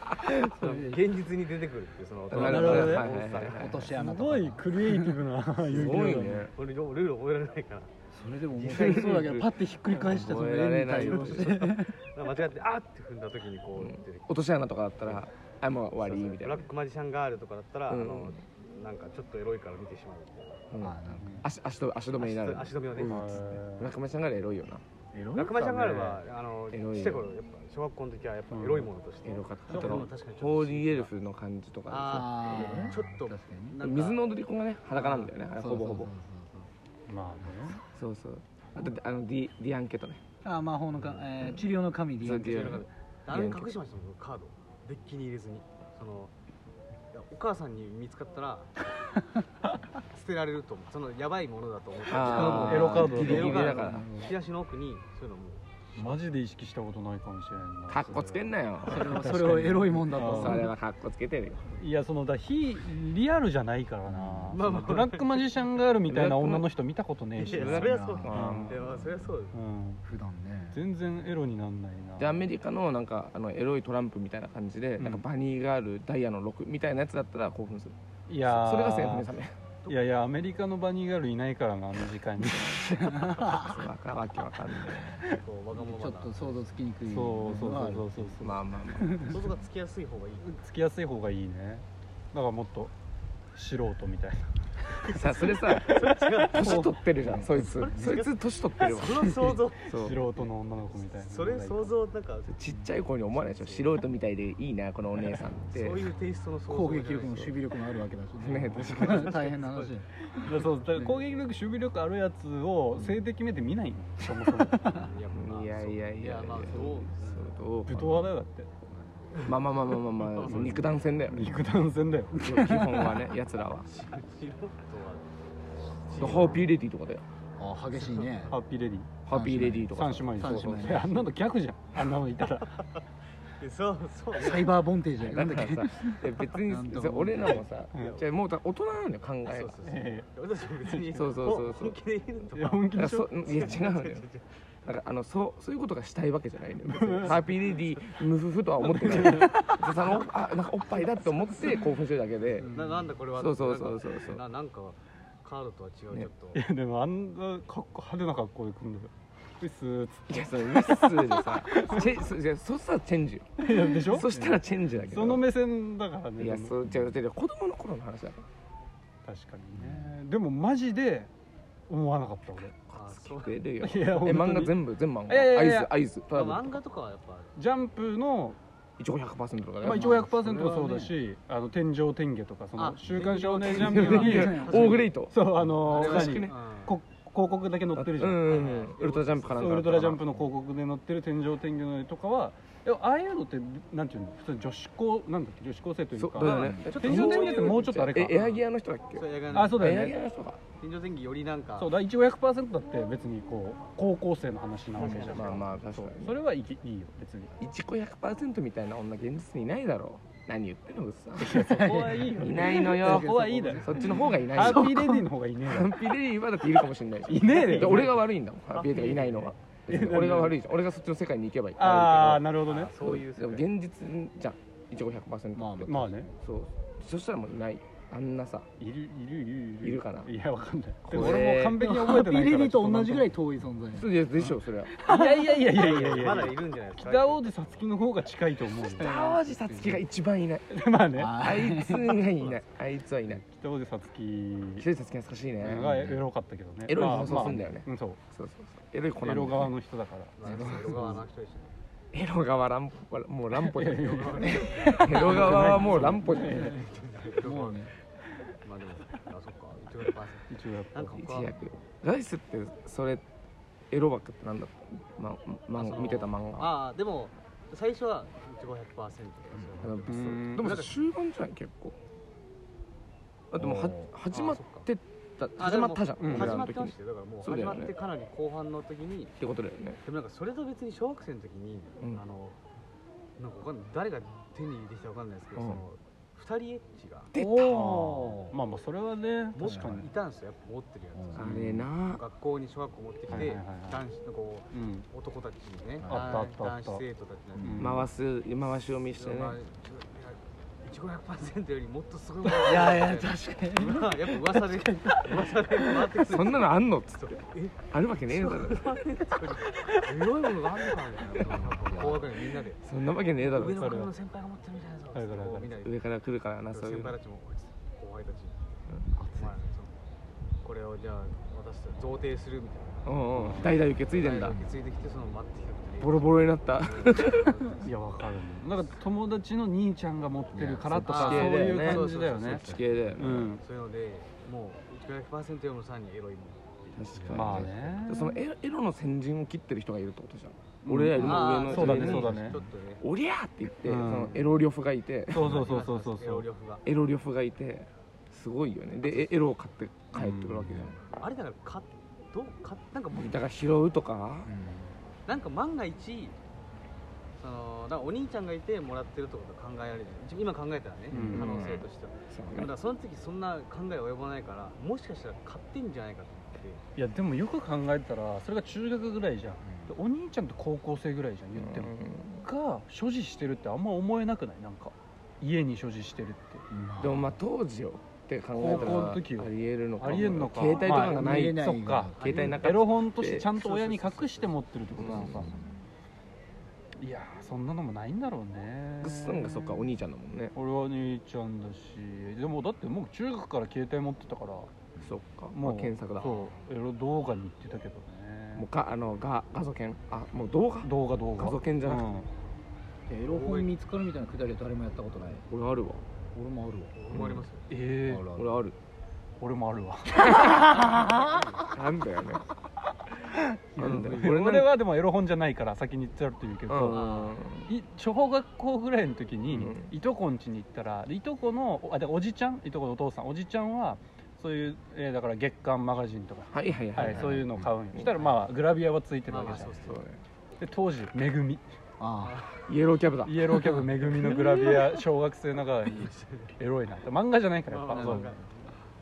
Speaker 4: その現実に出てくるっていうその
Speaker 1: な
Speaker 3: るほどね
Speaker 4: モンスタ
Speaker 1: は
Speaker 4: ー
Speaker 2: ど
Speaker 1: い
Speaker 4: が
Speaker 2: 落とし
Speaker 3: す
Speaker 2: 穴とか
Speaker 3: ごいクリエイティブな [LAUGHS] 遊
Speaker 1: す
Speaker 3: 戯王
Speaker 1: ごい
Speaker 3: だ
Speaker 1: ね
Speaker 4: 俺ルール覚えられないから
Speaker 2: それでも面白そうだけどパッてひっくり返してその絵に対応して
Speaker 1: 覚
Speaker 4: 間違ってあーって踏んだ時にこう出てくる
Speaker 1: 落とし穴とかだったらあもう終わり
Speaker 4: そうそう
Speaker 1: みたい
Speaker 4: ブラ
Speaker 1: な
Speaker 4: ックマジシャンガールとかだったら、
Speaker 1: うん
Speaker 4: あのなんかちょっとエロいから見てしまうみたいな
Speaker 1: うん
Speaker 2: あーなるほど
Speaker 1: 足足止め足止めになる
Speaker 4: 足足止めをね、
Speaker 1: うん
Speaker 3: へ
Speaker 1: 中村さんがエロいよな
Speaker 3: ーエロい
Speaker 4: ブラックマジシャンガール
Speaker 3: か
Speaker 4: は
Speaker 3: ね、
Speaker 4: あの
Speaker 1: エロいよ
Speaker 4: ちっちゃい頃やっぱ小学校の時はやっぱエロいものとして、
Speaker 1: エロかった
Speaker 4: うん確かに
Speaker 1: ホーリーエルフの感じとか
Speaker 2: あー
Speaker 4: ちょっと
Speaker 2: 確かにね
Speaker 4: なんか
Speaker 1: 水の踊り子がね裸なんだよねあれほぼほぼ
Speaker 3: まあね
Speaker 1: そうそうあとあのディディアンケとね
Speaker 2: ああー魔法のか、えー、治療の神ディアンケ
Speaker 1: そう
Speaker 4: い
Speaker 1: デ
Speaker 4: や
Speaker 1: ィ
Speaker 4: だ
Speaker 1: ア
Speaker 4: か
Speaker 1: ン
Speaker 4: らあれ隠しましたもんカードデッキに入れずにそのいやお母さんに見つかったら [LAUGHS] 捨てられると思うそのやばいものだと思って
Speaker 1: あー
Speaker 3: エロカード
Speaker 1: ギリギリ
Speaker 4: エロカー
Speaker 1: だ
Speaker 4: ド
Speaker 1: から
Speaker 4: 引き出しの奥にそういうのもう
Speaker 3: マジで意識したことないかもしれんな
Speaker 1: かっこつけんなよ
Speaker 2: それをそれをエロいもんだと
Speaker 1: それはかっこつけてるよ
Speaker 3: いやそのだ非リアルじゃないからな、
Speaker 4: まあま
Speaker 3: そ
Speaker 4: あ
Speaker 3: のブラックマジシャンガールみたいな女の人見たことねえし
Speaker 4: いや
Speaker 3: な
Speaker 4: そりゃそう
Speaker 1: だ
Speaker 3: うん
Speaker 4: いやまあそりゃそうです
Speaker 3: うん
Speaker 2: 普段ね
Speaker 3: 全然エロになんないな
Speaker 1: でアメリカのなんかあのエロいトランプみたいな感じで、
Speaker 3: うん
Speaker 1: なんかバニーガールダイヤの6みたいなやつだったら興奮する
Speaker 3: いやー
Speaker 1: それがセーフ目覚め
Speaker 3: いやいやアメリカのバニーガールいないからなあの
Speaker 1: [LAUGHS]
Speaker 3: 時間に
Speaker 1: わかわけわかんない
Speaker 4: こうわがまま
Speaker 2: ちょっ
Speaker 4: な
Speaker 2: と想像つきにくい
Speaker 3: そうそうそうそうそうそう、
Speaker 1: まあまあま
Speaker 4: 想像がつきやすい方がいい
Speaker 3: つきやすい方がいいねだからもっと素人みたいな
Speaker 1: あさそれさ年取ってるじゃんそいつそいつ年取ってるわ
Speaker 4: その想像
Speaker 1: そう
Speaker 3: 素人の女の子みたいな
Speaker 4: それ想像なんか
Speaker 1: ちっちゃい子に思わないでしょ素人みたいでいいなこのお姉さんっ
Speaker 4: そう
Speaker 1: て
Speaker 4: いうテイストの想像
Speaker 2: 攻撃力も守
Speaker 4: じゃない
Speaker 2: 備力もあるわけだし
Speaker 1: ね確
Speaker 2: [LAUGHS] 大変な話
Speaker 3: だそうだから攻撃力守備力あるやつを性的目で見ないのそもそも
Speaker 4: [LAUGHS]
Speaker 1: いやいやいやいや
Speaker 4: まあそう
Speaker 1: そうどうか
Speaker 3: 武
Speaker 1: な
Speaker 3: 闘派だよだって
Speaker 1: まあまあまあまあまあまあ肉弾戦だよ
Speaker 3: 肉弾戦だよ
Speaker 1: 基本はねやつらはハーピーレディーとかだよ
Speaker 2: あ激しいね
Speaker 3: ハッピーレディ
Speaker 1: ハッピーレディーとか
Speaker 3: 三
Speaker 1: さ
Speaker 3: 姉妹に
Speaker 2: 三姉妹
Speaker 3: いやあんなの逆じゃんあんなのいたら [LAUGHS]
Speaker 4: そうそうそう
Speaker 2: サイバーボンテ
Speaker 1: [LAUGHS]
Speaker 2: ージ
Speaker 1: だ
Speaker 2: なんだ
Speaker 1: か
Speaker 2: っ
Speaker 1: ら
Speaker 2: け
Speaker 1: さいや別
Speaker 2: なん
Speaker 1: に
Speaker 2: とも
Speaker 1: さ俺らもさ
Speaker 3: うん
Speaker 1: じゃあもう大人なんだよ考え
Speaker 4: そう
Speaker 1: が
Speaker 3: え
Speaker 4: そう私別に
Speaker 1: そうそうそうそう
Speaker 4: 本気で言うと
Speaker 3: えいや
Speaker 4: か
Speaker 3: 本気
Speaker 1: だから
Speaker 3: でしょ
Speaker 1: そいや違うのよだからあのそうそういうことがしたいわけじゃないのよハッピーレディームフフとは思ってないでそのあなんかおっぱいだって思って興奮してるだけで
Speaker 4: ななんだこれは
Speaker 1: そうそうそうそう
Speaker 4: なんかななんかカードとは違う、
Speaker 1: ね
Speaker 4: ちょっと
Speaker 3: いやでもあんな格好派手な格好で来るんだようっすーっつ
Speaker 1: いやそれミスでさチェそいやそしたらチェンジよ
Speaker 3: ってやるでしょ
Speaker 1: [LAUGHS] そしたらチェンジだけど
Speaker 3: その目線だからね
Speaker 1: いや
Speaker 3: でも
Speaker 1: そう違う違う子供の頃の話だか
Speaker 3: 確かにねでもマジで思わなかった俺
Speaker 4: あそ
Speaker 1: ら
Speaker 4: う
Speaker 1: 出るよ
Speaker 3: い
Speaker 1: [LAUGHS]
Speaker 3: や
Speaker 1: え
Speaker 3: 本当に
Speaker 1: 漫画全部全漫
Speaker 3: いやい
Speaker 1: 画
Speaker 3: や
Speaker 1: 合
Speaker 3: いや
Speaker 1: 図合図トラブル
Speaker 4: 漫画とかはやっぱ
Speaker 3: ジャンプの、
Speaker 1: 一応100%とかだ
Speaker 3: ま
Speaker 1: よ
Speaker 3: あ、一応100%もそうだし、あの天井天下とかその
Speaker 4: あ
Speaker 3: 「週刊少年ジャン
Speaker 1: いや
Speaker 3: プ」
Speaker 1: いや
Speaker 3: に
Speaker 1: 大グレイト
Speaker 3: [LAUGHS] そうあの
Speaker 1: 確かに
Speaker 3: 何
Speaker 1: ね
Speaker 4: こ
Speaker 3: こ広告だけ載ってるじゃ
Speaker 1: うんんうんウルトラジャンプかな
Speaker 3: そ
Speaker 1: ん
Speaker 3: う
Speaker 1: か
Speaker 3: ウルトラジャンプ
Speaker 1: の
Speaker 3: の広告で載ってる天井天下の絵とかはえああいうのってなんていうの普通女子高なんだっけ女子高生とい
Speaker 1: そうう
Speaker 3: か
Speaker 1: だよね
Speaker 3: ちょっと天井天下ってもうちょっとあれか
Speaker 1: えエアギアの人だっけ
Speaker 4: それが
Speaker 3: あそうだ
Speaker 1: エ
Speaker 3: よ
Speaker 1: アギア
Speaker 3: ね
Speaker 1: の人か
Speaker 4: 天井天気よりなんか
Speaker 3: そうだ一応100%だって別にこう高校生の話なわけじゃん
Speaker 1: まあまあ確かに
Speaker 3: それはいきいいよ別に
Speaker 1: 一子100%みたいな女現実にいないだろう何言ってんのぐっさん
Speaker 3: そこ [LAUGHS] はいいよ
Speaker 1: いないのよ [LAUGHS]
Speaker 3: そこはいいだろ
Speaker 1: そっちの方がいない
Speaker 3: ハ
Speaker 1: よ
Speaker 3: ッピーレディーの方がいねえ
Speaker 1: ハッピーレディーはだっているかもしれないじゃん
Speaker 3: いねえで
Speaker 1: で俺が悪いんだもんハッピーレディーがいないのは別に俺が悪いじゃん俺がそっちの世界に行けばいい
Speaker 3: だろああ
Speaker 1: な
Speaker 3: なるほどね
Speaker 4: そういう世
Speaker 1: でも
Speaker 4: 界
Speaker 1: 現実じゃん一子100%
Speaker 2: まあ
Speaker 1: って
Speaker 3: まあね
Speaker 1: そうそしたらもういないあんなさ
Speaker 3: いるいるいるい
Speaker 1: いるかない
Speaker 3: やわかんない
Speaker 1: こ
Speaker 3: で
Speaker 1: れ
Speaker 3: も俺も完璧に
Speaker 2: ハ
Speaker 3: 覚え
Speaker 2: ッ
Speaker 3: て
Speaker 2: ピ
Speaker 3: な
Speaker 2: ー
Speaker 3: いから
Speaker 2: レディーと同じぐら
Speaker 3: い
Speaker 2: い遠い存在
Speaker 1: そういやでしょそれはい
Speaker 3: やいやいやいやいやい
Speaker 4: ま
Speaker 3: や
Speaker 4: だいるんじゃないですか
Speaker 3: 北王子さつきの方が近いと思うよ
Speaker 1: 淡路さつきが一番いない
Speaker 3: まあね
Speaker 1: あ
Speaker 2: あー
Speaker 1: いつがいないあいつはいない
Speaker 3: 北王子さつき
Speaker 1: 白いさつき懐かしいね
Speaker 3: がエロかったけどね
Speaker 1: エロい
Speaker 3: まあ
Speaker 1: 妄想すんだよね
Speaker 3: まあうんそう
Speaker 1: そうそうそうエロい子な
Speaker 3: エ
Speaker 1: んだよ
Speaker 3: ロ側の人だか
Speaker 4: まあ色川の人でし
Speaker 1: エロ側乱歩もう乱歩じゃんエ [LAUGHS] ロ側はもう乱歩じゃん
Speaker 4: ょ
Speaker 2: もうね
Speaker 4: まあでもあそっか1 0
Speaker 3: ら一応やっぱ
Speaker 4: なんか
Speaker 1: 一
Speaker 4: 他
Speaker 1: 躍ライスってそれエロ枠ってなんだったま、ま
Speaker 4: あその
Speaker 1: 見てた漫画
Speaker 4: ああでも最初は1500%とかそう
Speaker 1: あの
Speaker 4: いう
Speaker 1: そう
Speaker 3: うん
Speaker 1: で
Speaker 4: な
Speaker 1: も
Speaker 4: んか
Speaker 1: 終盤じゃない結構だってもうは
Speaker 3: お
Speaker 1: 始まってた
Speaker 4: あ
Speaker 1: 始まったじゃん
Speaker 3: でも
Speaker 1: 俺
Speaker 4: 始
Speaker 1: ら
Speaker 4: ま
Speaker 1: の
Speaker 4: って
Speaker 1: 時
Speaker 4: ま
Speaker 1: にっ
Speaker 4: したよだからもう
Speaker 1: そうだ
Speaker 4: 始
Speaker 1: よ
Speaker 4: ま
Speaker 1: ね
Speaker 4: ってかなり後半の時に
Speaker 1: てことだよね
Speaker 4: でもなんかそれと別に小学生の時に、
Speaker 1: うん
Speaker 4: あのなんかわかんない誰が手に入れてきたかわかんないですけど、
Speaker 1: うん
Speaker 4: その二人エッチが
Speaker 1: 出た
Speaker 2: おー
Speaker 3: まあまあそれはね
Speaker 4: も
Speaker 3: 確
Speaker 4: し
Speaker 3: か
Speaker 4: か
Speaker 3: に
Speaker 4: いたんですよやっぱ持ってるやつ
Speaker 1: あ
Speaker 4: が、
Speaker 3: うん
Speaker 1: れな
Speaker 4: 学校に小学校持ってきて、
Speaker 3: はいはいはいはい
Speaker 4: 男子のこ
Speaker 3: うん
Speaker 4: う男たちにね
Speaker 2: あ
Speaker 3: ったあったあった
Speaker 4: 男子生徒たちに、
Speaker 3: うん
Speaker 1: 回す回し読みしてね
Speaker 4: まあ1500%よりもっとすごいもの
Speaker 2: いやいや
Speaker 4: が
Speaker 2: 確かに
Speaker 4: まあ [LAUGHS] やっぱ噂で噂で回ってくる
Speaker 1: そんなのあんのっつって
Speaker 4: そうえ
Speaker 1: あるわけねえだろ
Speaker 4: すごいものがあるのかみたいな大学にみんなで
Speaker 1: そんなわけねえだろ
Speaker 4: 上の学校の先輩が持ってるみたいなぞ
Speaker 3: はいはいはい
Speaker 4: こうみんなで
Speaker 1: 上から来るからなそういう
Speaker 4: 先輩たちも後輩たちに、お前そうこれをじゃあ私たち贈呈するみたいな
Speaker 1: うんうん代々受け継いでんだ
Speaker 4: 受け継いできてその待ってきたことに
Speaker 1: ボロボロになった
Speaker 3: いやわかるねなんか友達の兄ちゃんが持ってるからとかそう
Speaker 4: いやそっち
Speaker 3: い
Speaker 1: 系
Speaker 3: う
Speaker 1: だよね
Speaker 3: 感じだよね
Speaker 1: 地形だよ
Speaker 3: う
Speaker 1: ね
Speaker 3: ん
Speaker 4: そういうのでもう100%よりもさらにエロいも
Speaker 1: 確かに
Speaker 3: まあね
Speaker 1: そのエロエロの先陣を切ってる人がいるってことじゃん、
Speaker 3: うん
Speaker 1: 俺らより
Speaker 4: の
Speaker 1: も上
Speaker 4: あ
Speaker 1: の
Speaker 4: ー
Speaker 3: そうだね
Speaker 1: 上に
Speaker 3: そうだね
Speaker 4: ちょっとね
Speaker 1: おりゃーって言って、
Speaker 3: うん
Speaker 1: そのエロ旅夫がいて
Speaker 3: そうそうそうそうそう
Speaker 4: エロ力が
Speaker 1: エロ旅夫がいてすごいよねでエエロを買って帰ってくるわけじゃん、
Speaker 4: あれだからかどうかなんかもう
Speaker 1: だから拾うとか、
Speaker 2: う
Speaker 4: なんか万が一そのだからお兄ちゃんがいてもらってるってことは考えられるじゃん今考えたらね、
Speaker 3: うん
Speaker 4: 可能性としては
Speaker 1: そう
Speaker 4: でもだからその時そんな考え及ばないからもしかしたら買ってんじゃないかと思って
Speaker 3: いやでもよく考えたらそれが中学ぐらいじゃんでお兄ちゃんと高校生ぐらいじゃん言っても、が所持してるってあんま思えなくないなんか家に所持してるって
Speaker 1: でもまあ当時よって考えた
Speaker 3: 高校の
Speaker 1: らあ
Speaker 3: 時よ
Speaker 1: りえるのかも
Speaker 3: ありえんのか
Speaker 1: 携帯とかが
Speaker 3: まあ
Speaker 1: な
Speaker 3: 見れ
Speaker 1: い、
Speaker 3: ないそっか
Speaker 1: 携帯なか
Speaker 3: エ
Speaker 1: っ
Speaker 3: ロ本としてちゃんと親に隠して持ってるってことなのか
Speaker 1: そうそう
Speaker 3: いやーそんなのもないんだろうね
Speaker 1: たグッさんがそっかお兄ちゃんだもんね
Speaker 3: 俺は兄ちゃんだしでもだってもう中学から携帯持ってたから
Speaker 1: そっか
Speaker 3: も
Speaker 1: も
Speaker 3: う
Speaker 1: う検索だも
Speaker 3: そうエロ動画に行ってたけど
Speaker 1: う
Speaker 3: ね
Speaker 1: かあのが画像検あもう動画
Speaker 3: 動画動画
Speaker 1: 画像検じゃなくて
Speaker 3: うん
Speaker 2: エロ本見つかるみたいなくだりは誰もやったことない
Speaker 1: 俺あるわ
Speaker 2: 俺もあるわ
Speaker 4: 思われますよ、
Speaker 3: ええ
Speaker 2: あるある
Speaker 1: 俺ある
Speaker 3: 俺もあるわ
Speaker 1: なんだよね [LAUGHS] なん [LAUGHS] だよ
Speaker 3: [LAUGHS] 俺
Speaker 1: なんか
Speaker 3: はでもエロ本じゃないから先に言っちゃうって言うけど、
Speaker 1: うん
Speaker 3: い小学校ぐらいの時に、
Speaker 1: うん
Speaker 3: いとこん家に行ったらでいとこのおあでおじちゃんいとこのお父さんおじちゃんはそういう、えーだから月刊マガジンとか、
Speaker 1: はいはいは
Speaker 3: はいい
Speaker 1: はい
Speaker 3: そういうのを買うんよ、
Speaker 1: うん
Speaker 3: そしたらまあグラビアはついてる
Speaker 4: まあ
Speaker 3: わ
Speaker 4: ま
Speaker 3: けじ
Speaker 4: あ
Speaker 3: ゃん、
Speaker 4: そ
Speaker 1: そう
Speaker 4: うです
Speaker 1: だね
Speaker 3: で当時「めぐみ
Speaker 2: あ
Speaker 1: イエローキャブだ」
Speaker 3: イエローキャブ「めぐみ」のグラビア小学生ながらにエロいなって漫画じゃないからやっぱ、
Speaker 4: まあ
Speaker 3: そ
Speaker 4: まあ
Speaker 3: う
Speaker 4: まあ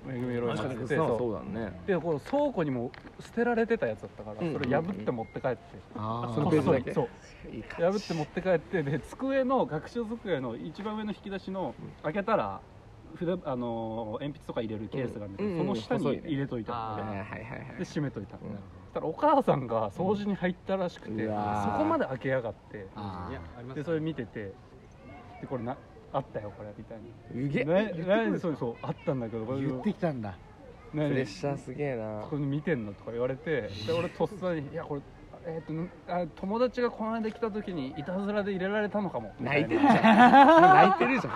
Speaker 3: めぐみエロい
Speaker 1: 確
Speaker 3: な
Speaker 1: か
Speaker 3: っ
Speaker 1: にグッ
Speaker 3: てて
Speaker 1: さんは
Speaker 3: そ
Speaker 1: そううだね
Speaker 3: でこの倉庫にも捨てられてたやつだったから、
Speaker 1: うん
Speaker 3: それ破って持って帰って、
Speaker 2: あ
Speaker 1: そのページだけ
Speaker 3: そう
Speaker 1: いいか
Speaker 3: 破って持って帰ってで [LAUGHS] 机の学習机の一番上の引き出しの開けたら筆あのー鉛筆とか入れるケースがあるんだけど、
Speaker 1: うん
Speaker 3: その下
Speaker 1: うん細
Speaker 3: に
Speaker 1: いね
Speaker 3: 入れといたの
Speaker 1: はいはい
Speaker 4: あ
Speaker 3: ね、
Speaker 1: はいはい
Speaker 3: で閉めといたの、
Speaker 1: うん
Speaker 3: そしたらお母さんが掃除に入ったらしくて、
Speaker 1: うわー
Speaker 3: そこまで開けやがって
Speaker 2: あ
Speaker 4: いやあります
Speaker 3: でそれ見ててでこれなあったよこれみたいに
Speaker 1: すげえ
Speaker 3: ね
Speaker 1: [LAUGHS]
Speaker 3: ねそうそうあったんだけどこれ
Speaker 2: 言ってきたんだ
Speaker 1: プレ
Speaker 3: ね
Speaker 1: ッシャーすげえな
Speaker 3: これ見てんのとか言われてで俺とっさに「いやこれえーっとあ友達がこの間来た時にいたずらで入れられたのかも」みた
Speaker 1: 泣い
Speaker 3: な
Speaker 1: てるじゃん泣いてるじゃ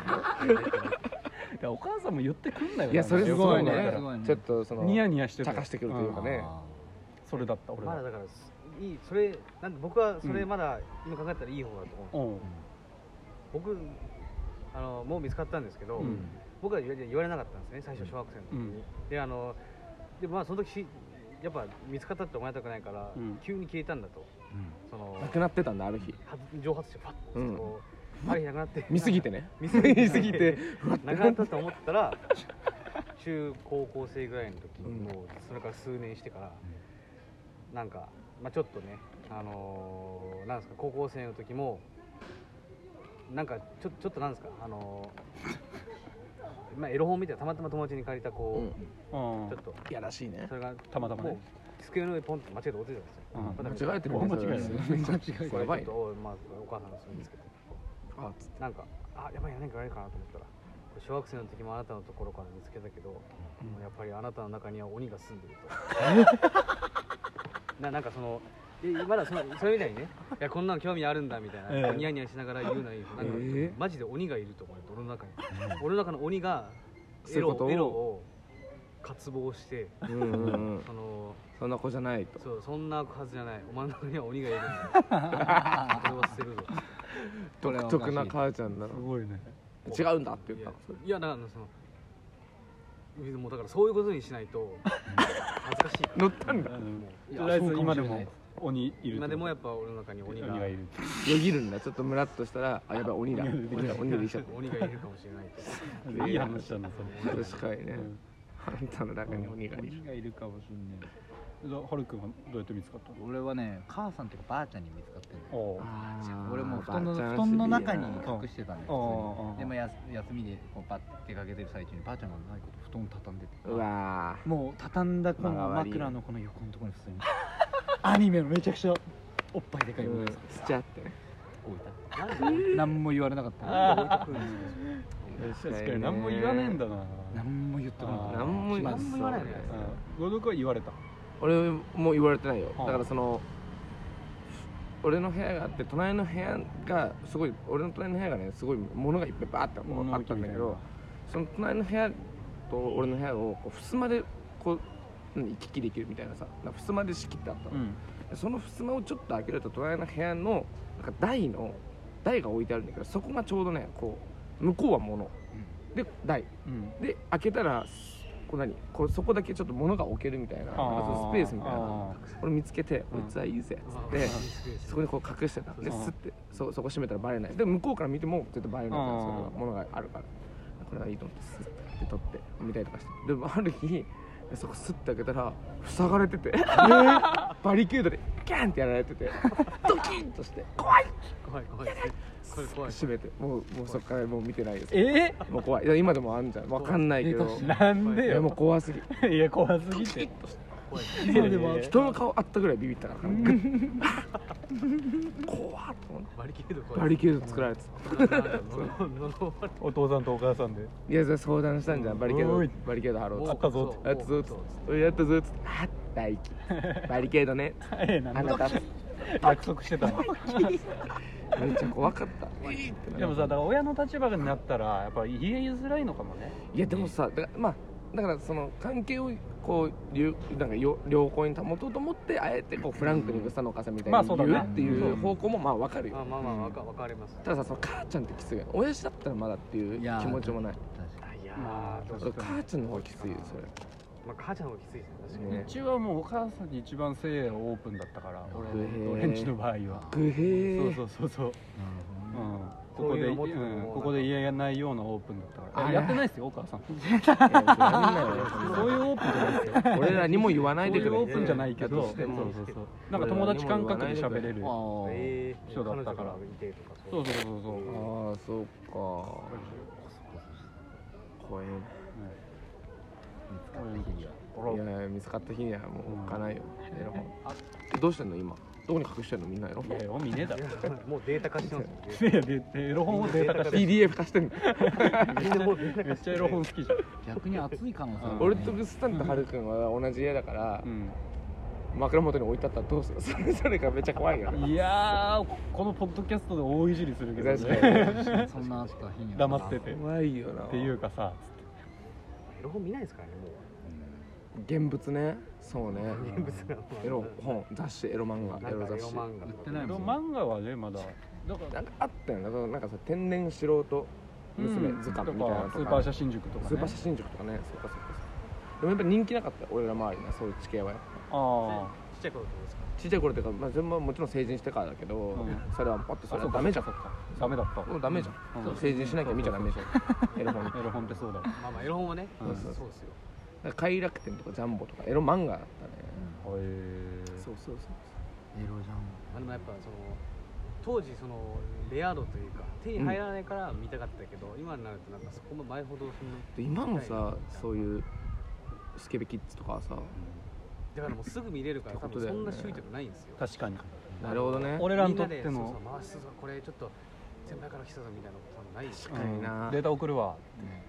Speaker 3: いやお母さんも言ってくんだ
Speaker 1: [LAUGHS]
Speaker 3: よ
Speaker 1: んいやそれすごい
Speaker 3: よく考え
Speaker 1: ね
Speaker 3: た
Speaker 2: すごいね
Speaker 1: ちょっとそ
Speaker 3: ら
Speaker 1: の
Speaker 3: ニヤニヤして
Speaker 1: 茶化してくるというかね
Speaker 2: あ
Speaker 3: それだった俺
Speaker 4: まだ
Speaker 3: は、
Speaker 4: だからすいいそれなんで僕はそれまだ今考えたらいい方だと思う、
Speaker 3: うん
Speaker 4: 僕あのもう見つかったんですけど、
Speaker 3: うん
Speaker 4: 僕は言われ言われなかったんですね最初小学生の時に、であのでまあその時しやっぱ見つかったって思われたくないから、
Speaker 3: うん
Speaker 4: 急に消えたんだと
Speaker 2: ーうん
Speaker 4: その
Speaker 1: なくなってたんだある日
Speaker 4: 発蒸発してパ
Speaker 1: う
Speaker 4: ッ
Speaker 1: ん
Speaker 4: とこう、あれなくなって
Speaker 1: 見すぎてね
Speaker 4: 見すぎて
Speaker 1: 見すぎて
Speaker 4: なくなったと思ったら中高校生ぐらいの時、
Speaker 1: うん
Speaker 4: もうそれから数年してから、なんか、まあ、ちょっとねあのーなんですか高校生の時もなんかちょちょっとなんですかあのーまあエロ本みたいなたまたま友達に借りた
Speaker 1: う
Speaker 4: こ
Speaker 1: ん
Speaker 3: うん
Speaker 4: う、ちょっと
Speaker 1: いやらしいね
Speaker 4: それが
Speaker 3: たまたまね
Speaker 4: もう机の上にポンって間違えて落ちてたんですよ、
Speaker 3: うん
Speaker 4: まあだから
Speaker 1: 間違えてるね
Speaker 3: 間違えてる
Speaker 1: それ
Speaker 2: 間違えてる
Speaker 4: こ
Speaker 1: や
Speaker 4: れ
Speaker 1: ば
Speaker 4: ちょっ
Speaker 1: い
Speaker 4: と
Speaker 1: ね
Speaker 4: お,、まあ、お母さんがするんですけど
Speaker 1: あつって
Speaker 4: なんかあやばい何か言われるかなと思ったらこれ小学生の時もあなたのところから見つけたけど、もうやっぱりあなたの中には鬼が住んでる
Speaker 1: [LAUGHS]
Speaker 4: とななんかそのえまだそのそれみたいにねいやこんなの興味あるんだみたいな、
Speaker 3: ええ
Speaker 4: ニヤニヤしながら言うのはいいけどなんか、
Speaker 1: ええ
Speaker 4: マジで鬼がいると思うよ俺の中に俺の中の鬼が
Speaker 1: そうい
Speaker 4: エ
Speaker 1: うこ
Speaker 4: ロ
Speaker 1: とを
Speaker 4: エロを渇望して
Speaker 1: うんうんうん
Speaker 4: その
Speaker 1: そんな子じゃないと
Speaker 4: そうそんなはずじゃないお前の中には鬼がいる
Speaker 1: [LAUGHS]
Speaker 4: んだ俺は捨てるぞ
Speaker 2: これは
Speaker 1: 独特な母ちゃんなの
Speaker 3: すごいね
Speaker 1: 違うんだって言ったのそれ
Speaker 4: いやだからそのもうだからそういうことにしないと恥ずかしい
Speaker 1: 乗ったんだ
Speaker 4: いや
Speaker 3: とりあえず
Speaker 2: そうかも
Speaker 3: 今
Speaker 2: し
Speaker 3: で
Speaker 2: れない
Speaker 3: も鬼いる
Speaker 4: 今でもや
Speaker 3: っ
Speaker 4: っぱ俺の中に
Speaker 3: ぱ
Speaker 4: 鬼
Speaker 3: 鬼
Speaker 4: が
Speaker 3: がいる
Speaker 1: よぎるんだちょっとムラっとしたらあやばい鬼だ鬼だ鬼でいいちゃっ
Speaker 4: 鬼がいるかもしれないと
Speaker 3: いい話だなそ
Speaker 1: た
Speaker 3: れ
Speaker 1: 確かにね
Speaker 3: うん
Speaker 1: あんたの中に鬼がいる
Speaker 2: 鬼がいるかもしんない
Speaker 3: じゃあはるくんはどうやって見つかったの
Speaker 2: 俺はね母さんとかばあちゃんに見つかってんだよ
Speaker 3: おう
Speaker 2: 俺も布団の
Speaker 1: ば
Speaker 2: 布
Speaker 1: あちゃん
Speaker 2: 団の
Speaker 1: シビ
Speaker 2: 中
Speaker 1: ア
Speaker 2: に
Speaker 1: な
Speaker 2: 隠してたんだよ
Speaker 3: おうお
Speaker 2: 普通
Speaker 3: う
Speaker 2: にでもやす休みでこうパッて出かけてる最中にばあちゃんがうまいこと布団畳んでて
Speaker 1: うわ
Speaker 2: もう畳んだこの
Speaker 1: まあ悪い
Speaker 2: 枕のこの横のところに普通に [LAUGHS] アニメのめちゃくちゃおっぱいでか
Speaker 1: ー
Speaker 2: い
Speaker 1: うん
Speaker 2: やつ
Speaker 1: 捨てちゃってね
Speaker 2: 置いた
Speaker 4: なんで
Speaker 2: [LAUGHS]
Speaker 4: 鬼
Speaker 2: 何も言われなかった
Speaker 4: が
Speaker 2: よ
Speaker 4: 置い
Speaker 2: [LAUGHS]
Speaker 4: てくるんですよ
Speaker 3: 確かに何も言わねえんだな
Speaker 2: 何も言ってこなかった
Speaker 1: 何も
Speaker 2: 気ま
Speaker 4: 何
Speaker 2: ず
Speaker 4: も
Speaker 2: さ
Speaker 4: 言わないね
Speaker 3: うん後藤君は言われた
Speaker 1: 俺も言われてないよ
Speaker 3: ああ
Speaker 1: だからその俺の部屋があって隣の部屋がすごい俺の隣の部屋がねすごい物がいっぱいバーってこうあったんだけどその隣の部屋と俺の部屋をこう襖でこう何行き来できるみたいなさなんか襖で仕切ってあったの、
Speaker 3: うん
Speaker 1: その襖をちょっと開けると隣の部屋のなんか台の台が置いてあるんだけどそこがちょうどねこう向こうは物、で台
Speaker 3: うん
Speaker 1: で開けたらこう何こうそこだけちょっと物が置けるみたいななんかそのスペースみたいな
Speaker 3: あ
Speaker 1: これ見つけて「こ
Speaker 3: うん
Speaker 1: いつはいいぜ」っつって、そこ
Speaker 4: れ
Speaker 1: にこう隠してたで
Speaker 3: うん
Speaker 1: すってそそこ閉めたらバレないで向こうから見ても絶対バレないんですよ
Speaker 3: うん
Speaker 1: 物があるからこれはいいと思ってスッて取って見たりとかしてでもある日そこスッて開けたら塞がれてて [LAUGHS] バリケードでギャンってやられててドキッとして怖い
Speaker 4: 怖い怖いこれ怖い
Speaker 1: 閉めてもうもうそっからもう見てないです
Speaker 3: ーえ
Speaker 1: もう怖いいや今でもあんじゃんわかんないけど
Speaker 4: え
Speaker 3: なんで
Speaker 1: いやもう
Speaker 3: よ
Speaker 1: 怖すぎ
Speaker 3: [LAUGHS] いや怖すぎて
Speaker 4: 怖い
Speaker 3: いやいやいや
Speaker 1: 人の顔あったぐらいビビったからグッ怖っと思って
Speaker 4: バリケード怖い
Speaker 1: バリケード作られてた
Speaker 3: お父さんとお母さ [LAUGHS] んで
Speaker 1: いやそれ相談したんじゃんバリケー
Speaker 3: お
Speaker 1: ド
Speaker 3: い
Speaker 1: バリケード張ろう
Speaker 3: 買ったぞ
Speaker 1: あっずっとおいやったぞっつってあった
Speaker 3: [LAUGHS]
Speaker 1: いきバリケードね
Speaker 3: ええな
Speaker 1: あ
Speaker 3: ん
Speaker 1: な
Speaker 3: だ
Speaker 1: ため
Speaker 3: 約束してたの
Speaker 1: っちゃ怖かった
Speaker 3: でもさだから親の立場になったらやっぱ言いづらいのかもね
Speaker 1: いやでもさだからまあだからその関係をこうゆなんかよ良好に保とうと思ってあえてこうフランクに草のお母さんみたい
Speaker 3: まあ
Speaker 1: に
Speaker 3: そう
Speaker 1: 言
Speaker 3: だね
Speaker 1: うっていう方向もまあわかる
Speaker 4: まあ
Speaker 1: よ
Speaker 4: まあまあわかわかります
Speaker 1: たださその母ちゃんってきついよね親父だったらまだっていう
Speaker 2: いやー
Speaker 1: 気持ちもない
Speaker 2: 確か
Speaker 4: いやーどうし
Speaker 1: 俺
Speaker 4: よう
Speaker 1: 母ちゃんの方がきついよそれ
Speaker 4: まあ母ちゃんの方がきついですね確かに
Speaker 1: ね
Speaker 3: うちはもうお母さんに一番性オープンだったから俺
Speaker 1: へー
Speaker 3: 俺んちの場合は
Speaker 1: グヘ
Speaker 3: そう
Speaker 1: ー
Speaker 3: そうそうそう、うん、こ
Speaker 4: こ
Speaker 3: こ
Speaker 4: うい
Speaker 3: で
Speaker 4: うの持ってて
Speaker 3: うん
Speaker 4: も
Speaker 3: ここで言えないようなオープンだったか
Speaker 1: あ
Speaker 3: ら
Speaker 1: れ
Speaker 3: やってないですよお母さん
Speaker 1: いややんなよ
Speaker 3: そういうオープンじゃないですよ
Speaker 1: 俺らにも言わな
Speaker 3: そう
Speaker 1: いで
Speaker 3: い
Speaker 1: くれ
Speaker 3: うオープンじゃないけど
Speaker 1: だとし
Speaker 3: そう
Speaker 1: ても
Speaker 3: そうそうなんか友達感覚で喋れるそ
Speaker 2: に
Speaker 4: えー
Speaker 3: 人だったから
Speaker 4: 彼女がいてとか
Speaker 3: うそうそうそう、うん
Speaker 1: ああそうか怖い
Speaker 2: ああ見つかった
Speaker 1: よ
Speaker 2: 日には
Speaker 1: いやいや見つかった日にはもう置かないよエロ本どうしてんの今どこに隠してんのみんなエロ
Speaker 3: い
Speaker 1: 本
Speaker 3: やよ見ねえだろ
Speaker 4: いやもうデータ化してますよデータ
Speaker 3: せやでエロ本をデータ化して
Speaker 1: PDF 化してんの
Speaker 4: みんなもうデータ
Speaker 3: め
Speaker 4: 化
Speaker 3: っ
Speaker 4: し
Speaker 3: ち
Speaker 4: て
Speaker 3: ゃエロ本好きじゃん、
Speaker 2: 逆に暑い可能性 [LAUGHS] あるね
Speaker 1: 俺とグスタンとハルくんは同じ家だから枕元に置いてあったらどうする [LAUGHS] それそれがめっちゃ怖いよね
Speaker 3: いやーこのポッドキャストで大いじりするけど
Speaker 1: 確
Speaker 3: ね
Speaker 1: [LAUGHS] かに
Speaker 2: そんな暑か日には
Speaker 3: 黙っててっ
Speaker 1: 怖いよな
Speaker 3: ていうかさ
Speaker 4: エロ本見ないですからねもう
Speaker 1: 現物ねそうね
Speaker 4: 現物がもう
Speaker 1: エロ本雑誌エロ漫画
Speaker 4: な
Speaker 1: エロ
Speaker 4: んか
Speaker 1: 雑
Speaker 4: エ
Speaker 1: 誌
Speaker 4: ロ漫画
Speaker 2: 売ってない
Speaker 3: で
Speaker 2: も
Speaker 3: も
Speaker 2: ん
Speaker 3: 漫画はねまだだから
Speaker 1: なんかあったよねそのなんかさ天然素人娘図鑑みたいなの
Speaker 3: とかス
Speaker 1: と
Speaker 3: ーパー
Speaker 1: か
Speaker 3: 写真塾とかね
Speaker 1: スーパー写真塾とかねそうかそうかそうでもやっぱ人気なかった俺ら周りなそういう地形は
Speaker 3: あ
Speaker 4: ちっちゃい頃ってことですか
Speaker 1: ちっちゃい頃っていうか、まあ、全部もちろん成人してからだけど、
Speaker 3: ん
Speaker 1: それはパッと
Speaker 3: あ
Speaker 1: それは
Speaker 3: そう
Speaker 1: ダ
Speaker 3: か
Speaker 1: メじゃん
Speaker 3: そっかダメだった
Speaker 1: もうダメじゃん、
Speaker 3: うん
Speaker 1: そう成人しなきゃ見ちゃダメじゃんエロ本だか
Speaker 3: エロ本ってそうだわ
Speaker 4: まあまあエロ本はね
Speaker 3: うん
Speaker 4: そうですよ
Speaker 1: ら快楽天とかジャンボとかエロ漫画だったね
Speaker 3: へえ
Speaker 1: うそうそう
Speaker 2: エロじゃん
Speaker 4: あでもやっぱその当時そのレア度というか手に入らないから見たかったけど、今になるとなんかそこも前ほどその
Speaker 1: で今もさそういうスケベキッズとかはさ
Speaker 4: だからもうすぐ見れるから
Speaker 1: って
Speaker 4: 多
Speaker 1: こと
Speaker 4: 分
Speaker 1: だよ
Speaker 4: そ
Speaker 1: ね
Speaker 4: んな執着ないんですよ
Speaker 3: 確かに
Speaker 1: なるほどね
Speaker 3: 俺らにとって
Speaker 4: みんなでそ
Speaker 3: の
Speaker 4: うそう回しそうこれちょっと先輩から来たぞみたいなこと多分ないし
Speaker 1: 確かにな
Speaker 3: うんデータ送るわ
Speaker 2: ね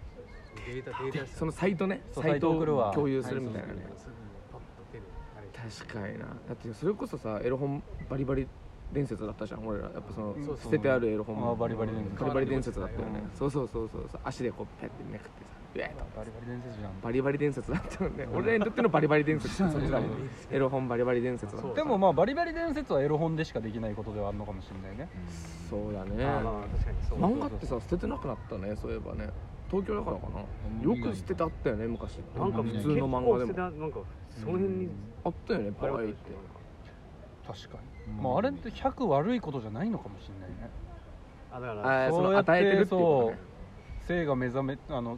Speaker 4: データデータ
Speaker 1: そのサイトね
Speaker 3: そう
Speaker 1: サイト
Speaker 3: サイト送る
Speaker 1: を
Speaker 3: わ
Speaker 1: 共有
Speaker 4: す
Speaker 1: するみたいなね
Speaker 4: すぐパッと手であれ
Speaker 1: 確かになだってそれこそさエロ本バリバリ伝説だったじゃん俺らやっぱその
Speaker 4: そう
Speaker 1: 捨ててあるエロ本
Speaker 3: あーバリバリ伝説
Speaker 1: バリバリ伝説だったよね
Speaker 3: うん
Speaker 1: そうそうそうそうそう足でこうペッてめくってさうえっと
Speaker 3: バリバリ伝説じゃん
Speaker 1: バリバリ伝説だったよね俺らにとってのバリバリ伝説そっちだもんエロ本バリバリ伝説だった
Speaker 4: そう
Speaker 3: でもまあバリバリ伝説はエロ本でしかできないことではあるのかもしれないね
Speaker 1: そうだね
Speaker 4: まあまあ確かにそう
Speaker 1: 漫画ってさ捨ててなくなったねそういえばね東京だからかなよく捨ててあったよね昔
Speaker 4: なんか
Speaker 1: 普通の漫画で
Speaker 4: 結構捨てた
Speaker 1: も
Speaker 4: なんかその辺に
Speaker 1: あったよね
Speaker 4: あ
Speaker 1: バ
Speaker 4: れは
Speaker 1: リっ
Speaker 4: 確
Speaker 1: て
Speaker 4: かに
Speaker 3: 確かにまああれって100悪いことじゃないのかもしれないね
Speaker 4: あだから
Speaker 1: あーそ
Speaker 3: そう
Speaker 1: の
Speaker 3: やって
Speaker 1: 与えてるっていうことね
Speaker 3: 性が目覚めあの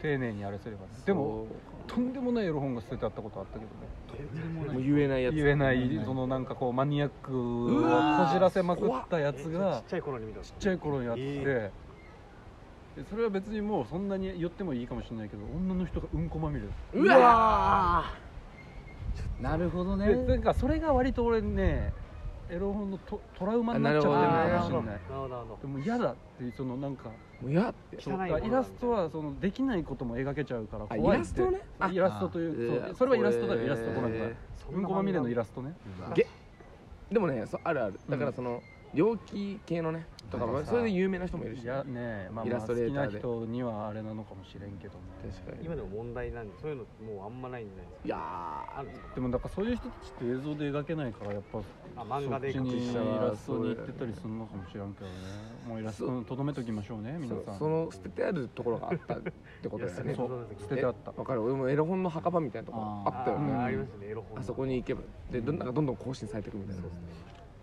Speaker 3: 丁寧にあれすればねでも
Speaker 1: そう
Speaker 3: とんでもないエロ本が捨ててあったことあったけどね
Speaker 1: もう言えないやつ
Speaker 3: 言えな
Speaker 2: 言え
Speaker 3: い
Speaker 2: ない
Speaker 3: そのなんかこうマニアック
Speaker 1: うわ
Speaker 3: を
Speaker 1: ー
Speaker 3: こじらせまくったやつ
Speaker 4: え
Speaker 3: が
Speaker 4: ちっちゃい頃に見たの
Speaker 3: ちっちゃい頃にやってて、
Speaker 4: え
Speaker 3: でそれは別にもうそんなに言ってもいいかもしれないけど女の人がうんこまみれだった
Speaker 1: うわ
Speaker 2: なるほどね
Speaker 3: でなんかそれが割と俺ねエロ本のトトラウマになっちゃってる
Speaker 1: あ
Speaker 3: の
Speaker 1: なる
Speaker 3: かも
Speaker 1: ほ
Speaker 3: し
Speaker 1: ど
Speaker 3: れ
Speaker 1: ね
Speaker 3: ない
Speaker 4: なるほどなるほ
Speaker 3: でも嫌だっていうそのなんか
Speaker 1: もうやって
Speaker 4: 汚いもの
Speaker 3: そうかイラストはそのできないことも描けちゃうから
Speaker 1: あ
Speaker 3: 怖い
Speaker 1: イラ
Speaker 3: って
Speaker 1: ストねあ
Speaker 3: イラストという
Speaker 1: え
Speaker 3: そ
Speaker 1: ー
Speaker 3: うそれはイラスト
Speaker 1: こ
Speaker 3: だよ
Speaker 1: れ
Speaker 3: イラストごめんなさい
Speaker 4: どそ
Speaker 3: うんこまみれのイラストね
Speaker 2: うわ
Speaker 1: げでもねそうあるあるだから
Speaker 3: うん
Speaker 1: その、陽気系のねとか
Speaker 3: なんかさ
Speaker 1: それで有名な人もいるし
Speaker 3: いやねえまあ
Speaker 1: イ
Speaker 3: ま
Speaker 1: ラ
Speaker 3: あ
Speaker 1: ス
Speaker 3: 好
Speaker 1: トレ
Speaker 3: き
Speaker 1: ータ
Speaker 3: な
Speaker 1: ーで
Speaker 3: 人にはあれなのかもしれんけどね
Speaker 1: 確かに
Speaker 4: 今でも問題なんでそういうのもうあんまないんじゃないですか
Speaker 1: いや
Speaker 4: あるんですか
Speaker 3: でもなんかそういう人たちって映像で描けないからやっぱ
Speaker 4: あ
Speaker 3: そっ
Speaker 4: 漫画で
Speaker 3: ち
Speaker 4: 描く
Speaker 3: にイ
Speaker 4: 人
Speaker 1: は
Speaker 3: ラストに行ってたりするのかもしれんけどねもうイラストのとどめときましょうね
Speaker 1: ー
Speaker 3: 皆
Speaker 1: そ
Speaker 3: さん
Speaker 1: その捨ててあるところがあったってことだよね
Speaker 4: いやそ
Speaker 3: そうう捨ててあった
Speaker 1: わかる俺もエロ本の墓場みたいなとこ
Speaker 3: あ
Speaker 1: ろ
Speaker 3: ー
Speaker 1: あったよ
Speaker 4: あ,、
Speaker 1: ね
Speaker 3: うん
Speaker 4: ありましたねエロ本
Speaker 1: あそこ
Speaker 4: に
Speaker 1: に行けばでどんなんかどんどん更新されていくみたいな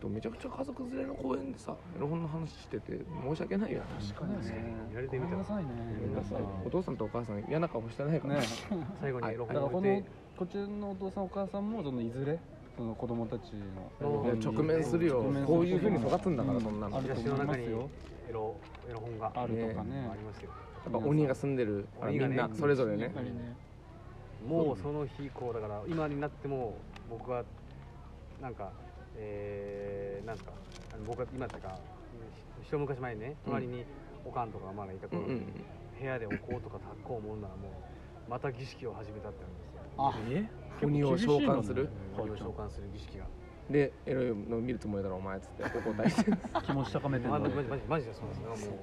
Speaker 1: でもめちゃくちゃ家族連れの公園でさエロ本の話してて申し訳ないよ
Speaker 3: 確かにね
Speaker 4: やられてみ
Speaker 3: ご
Speaker 4: た
Speaker 3: めんなさいね皆さん
Speaker 1: お父さんとお母さん嫌な顔してないから
Speaker 3: ね
Speaker 4: 最後にエロ
Speaker 3: だから
Speaker 4: 本
Speaker 3: こ
Speaker 4: 置い
Speaker 3: の
Speaker 4: て
Speaker 3: こっちのお父さんお母さんもそのいずれその子供たちの
Speaker 4: いや
Speaker 1: 直面するよ
Speaker 3: 直面
Speaker 1: こういうふうに育つんだから
Speaker 3: う
Speaker 1: そんなの
Speaker 3: あると
Speaker 4: 東
Speaker 3: 思
Speaker 4: の
Speaker 3: いま
Speaker 4: 中
Speaker 3: す
Speaker 4: に
Speaker 3: よ
Speaker 4: エロエロ本が
Speaker 3: あるとかね
Speaker 4: ありますよ
Speaker 1: やっぱ鬼が住んでるからみ
Speaker 4: 鬼がね
Speaker 1: んなそれぞれ
Speaker 3: やっ
Speaker 1: ね
Speaker 3: ぱりね
Speaker 4: もうその日以降だから今になっても僕はなんかえー、なんですかあの僕は今っていうかひ一昔前にね隣におかんとかがまだいた
Speaker 1: うん
Speaker 4: 頃、部屋でおこうとかたっこう思うならもうまた儀式を始めたってあるんですよ
Speaker 3: あえ
Speaker 1: 鬼を召喚する
Speaker 3: はい
Speaker 4: 鬼を召喚する儀式が
Speaker 1: うんでエロいの見るつもりだろお前っつってお答えして
Speaker 3: 気持ち高めてん
Speaker 4: ま
Speaker 3: だ
Speaker 4: あ
Speaker 3: ね
Speaker 4: マジマジマジでそうなんですよも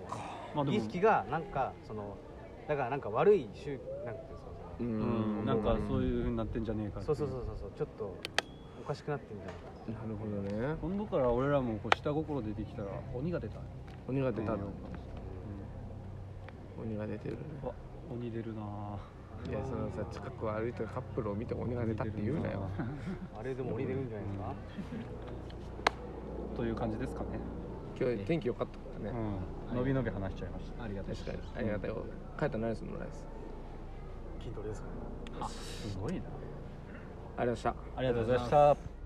Speaker 3: まあ
Speaker 4: う
Speaker 3: で
Speaker 4: 儀
Speaker 3: も
Speaker 4: 式がなんかそのだからなんか悪い宗なんていうんですか
Speaker 1: う
Speaker 3: うんんなんかそういうふうになってんじゃねえかって
Speaker 4: そ
Speaker 3: い
Speaker 4: のそうそうそうそうそうちょっとおかしくなってみたいな
Speaker 1: なるほどね
Speaker 3: 今度から俺らもこう下心出てきたら鬼が出たね
Speaker 1: 鬼が出た
Speaker 3: うん
Speaker 1: 鬼が出てるね
Speaker 3: うわ鬼出るなぁ
Speaker 1: いやそのさ近くを歩いてるカップルを見て鬼が出たって言うなよ
Speaker 4: あれでも鬼出るんじゃないですか
Speaker 3: という感じですかね
Speaker 1: 今日天気良かったからね
Speaker 3: うん伸び伸び話しちゃいまし
Speaker 2: ありがとう
Speaker 1: 確かにありがたいこと帰ったら何するのライス
Speaker 4: 筋トレですかね
Speaker 3: たすごいな
Speaker 1: ありがとうございました
Speaker 3: ありがとうございました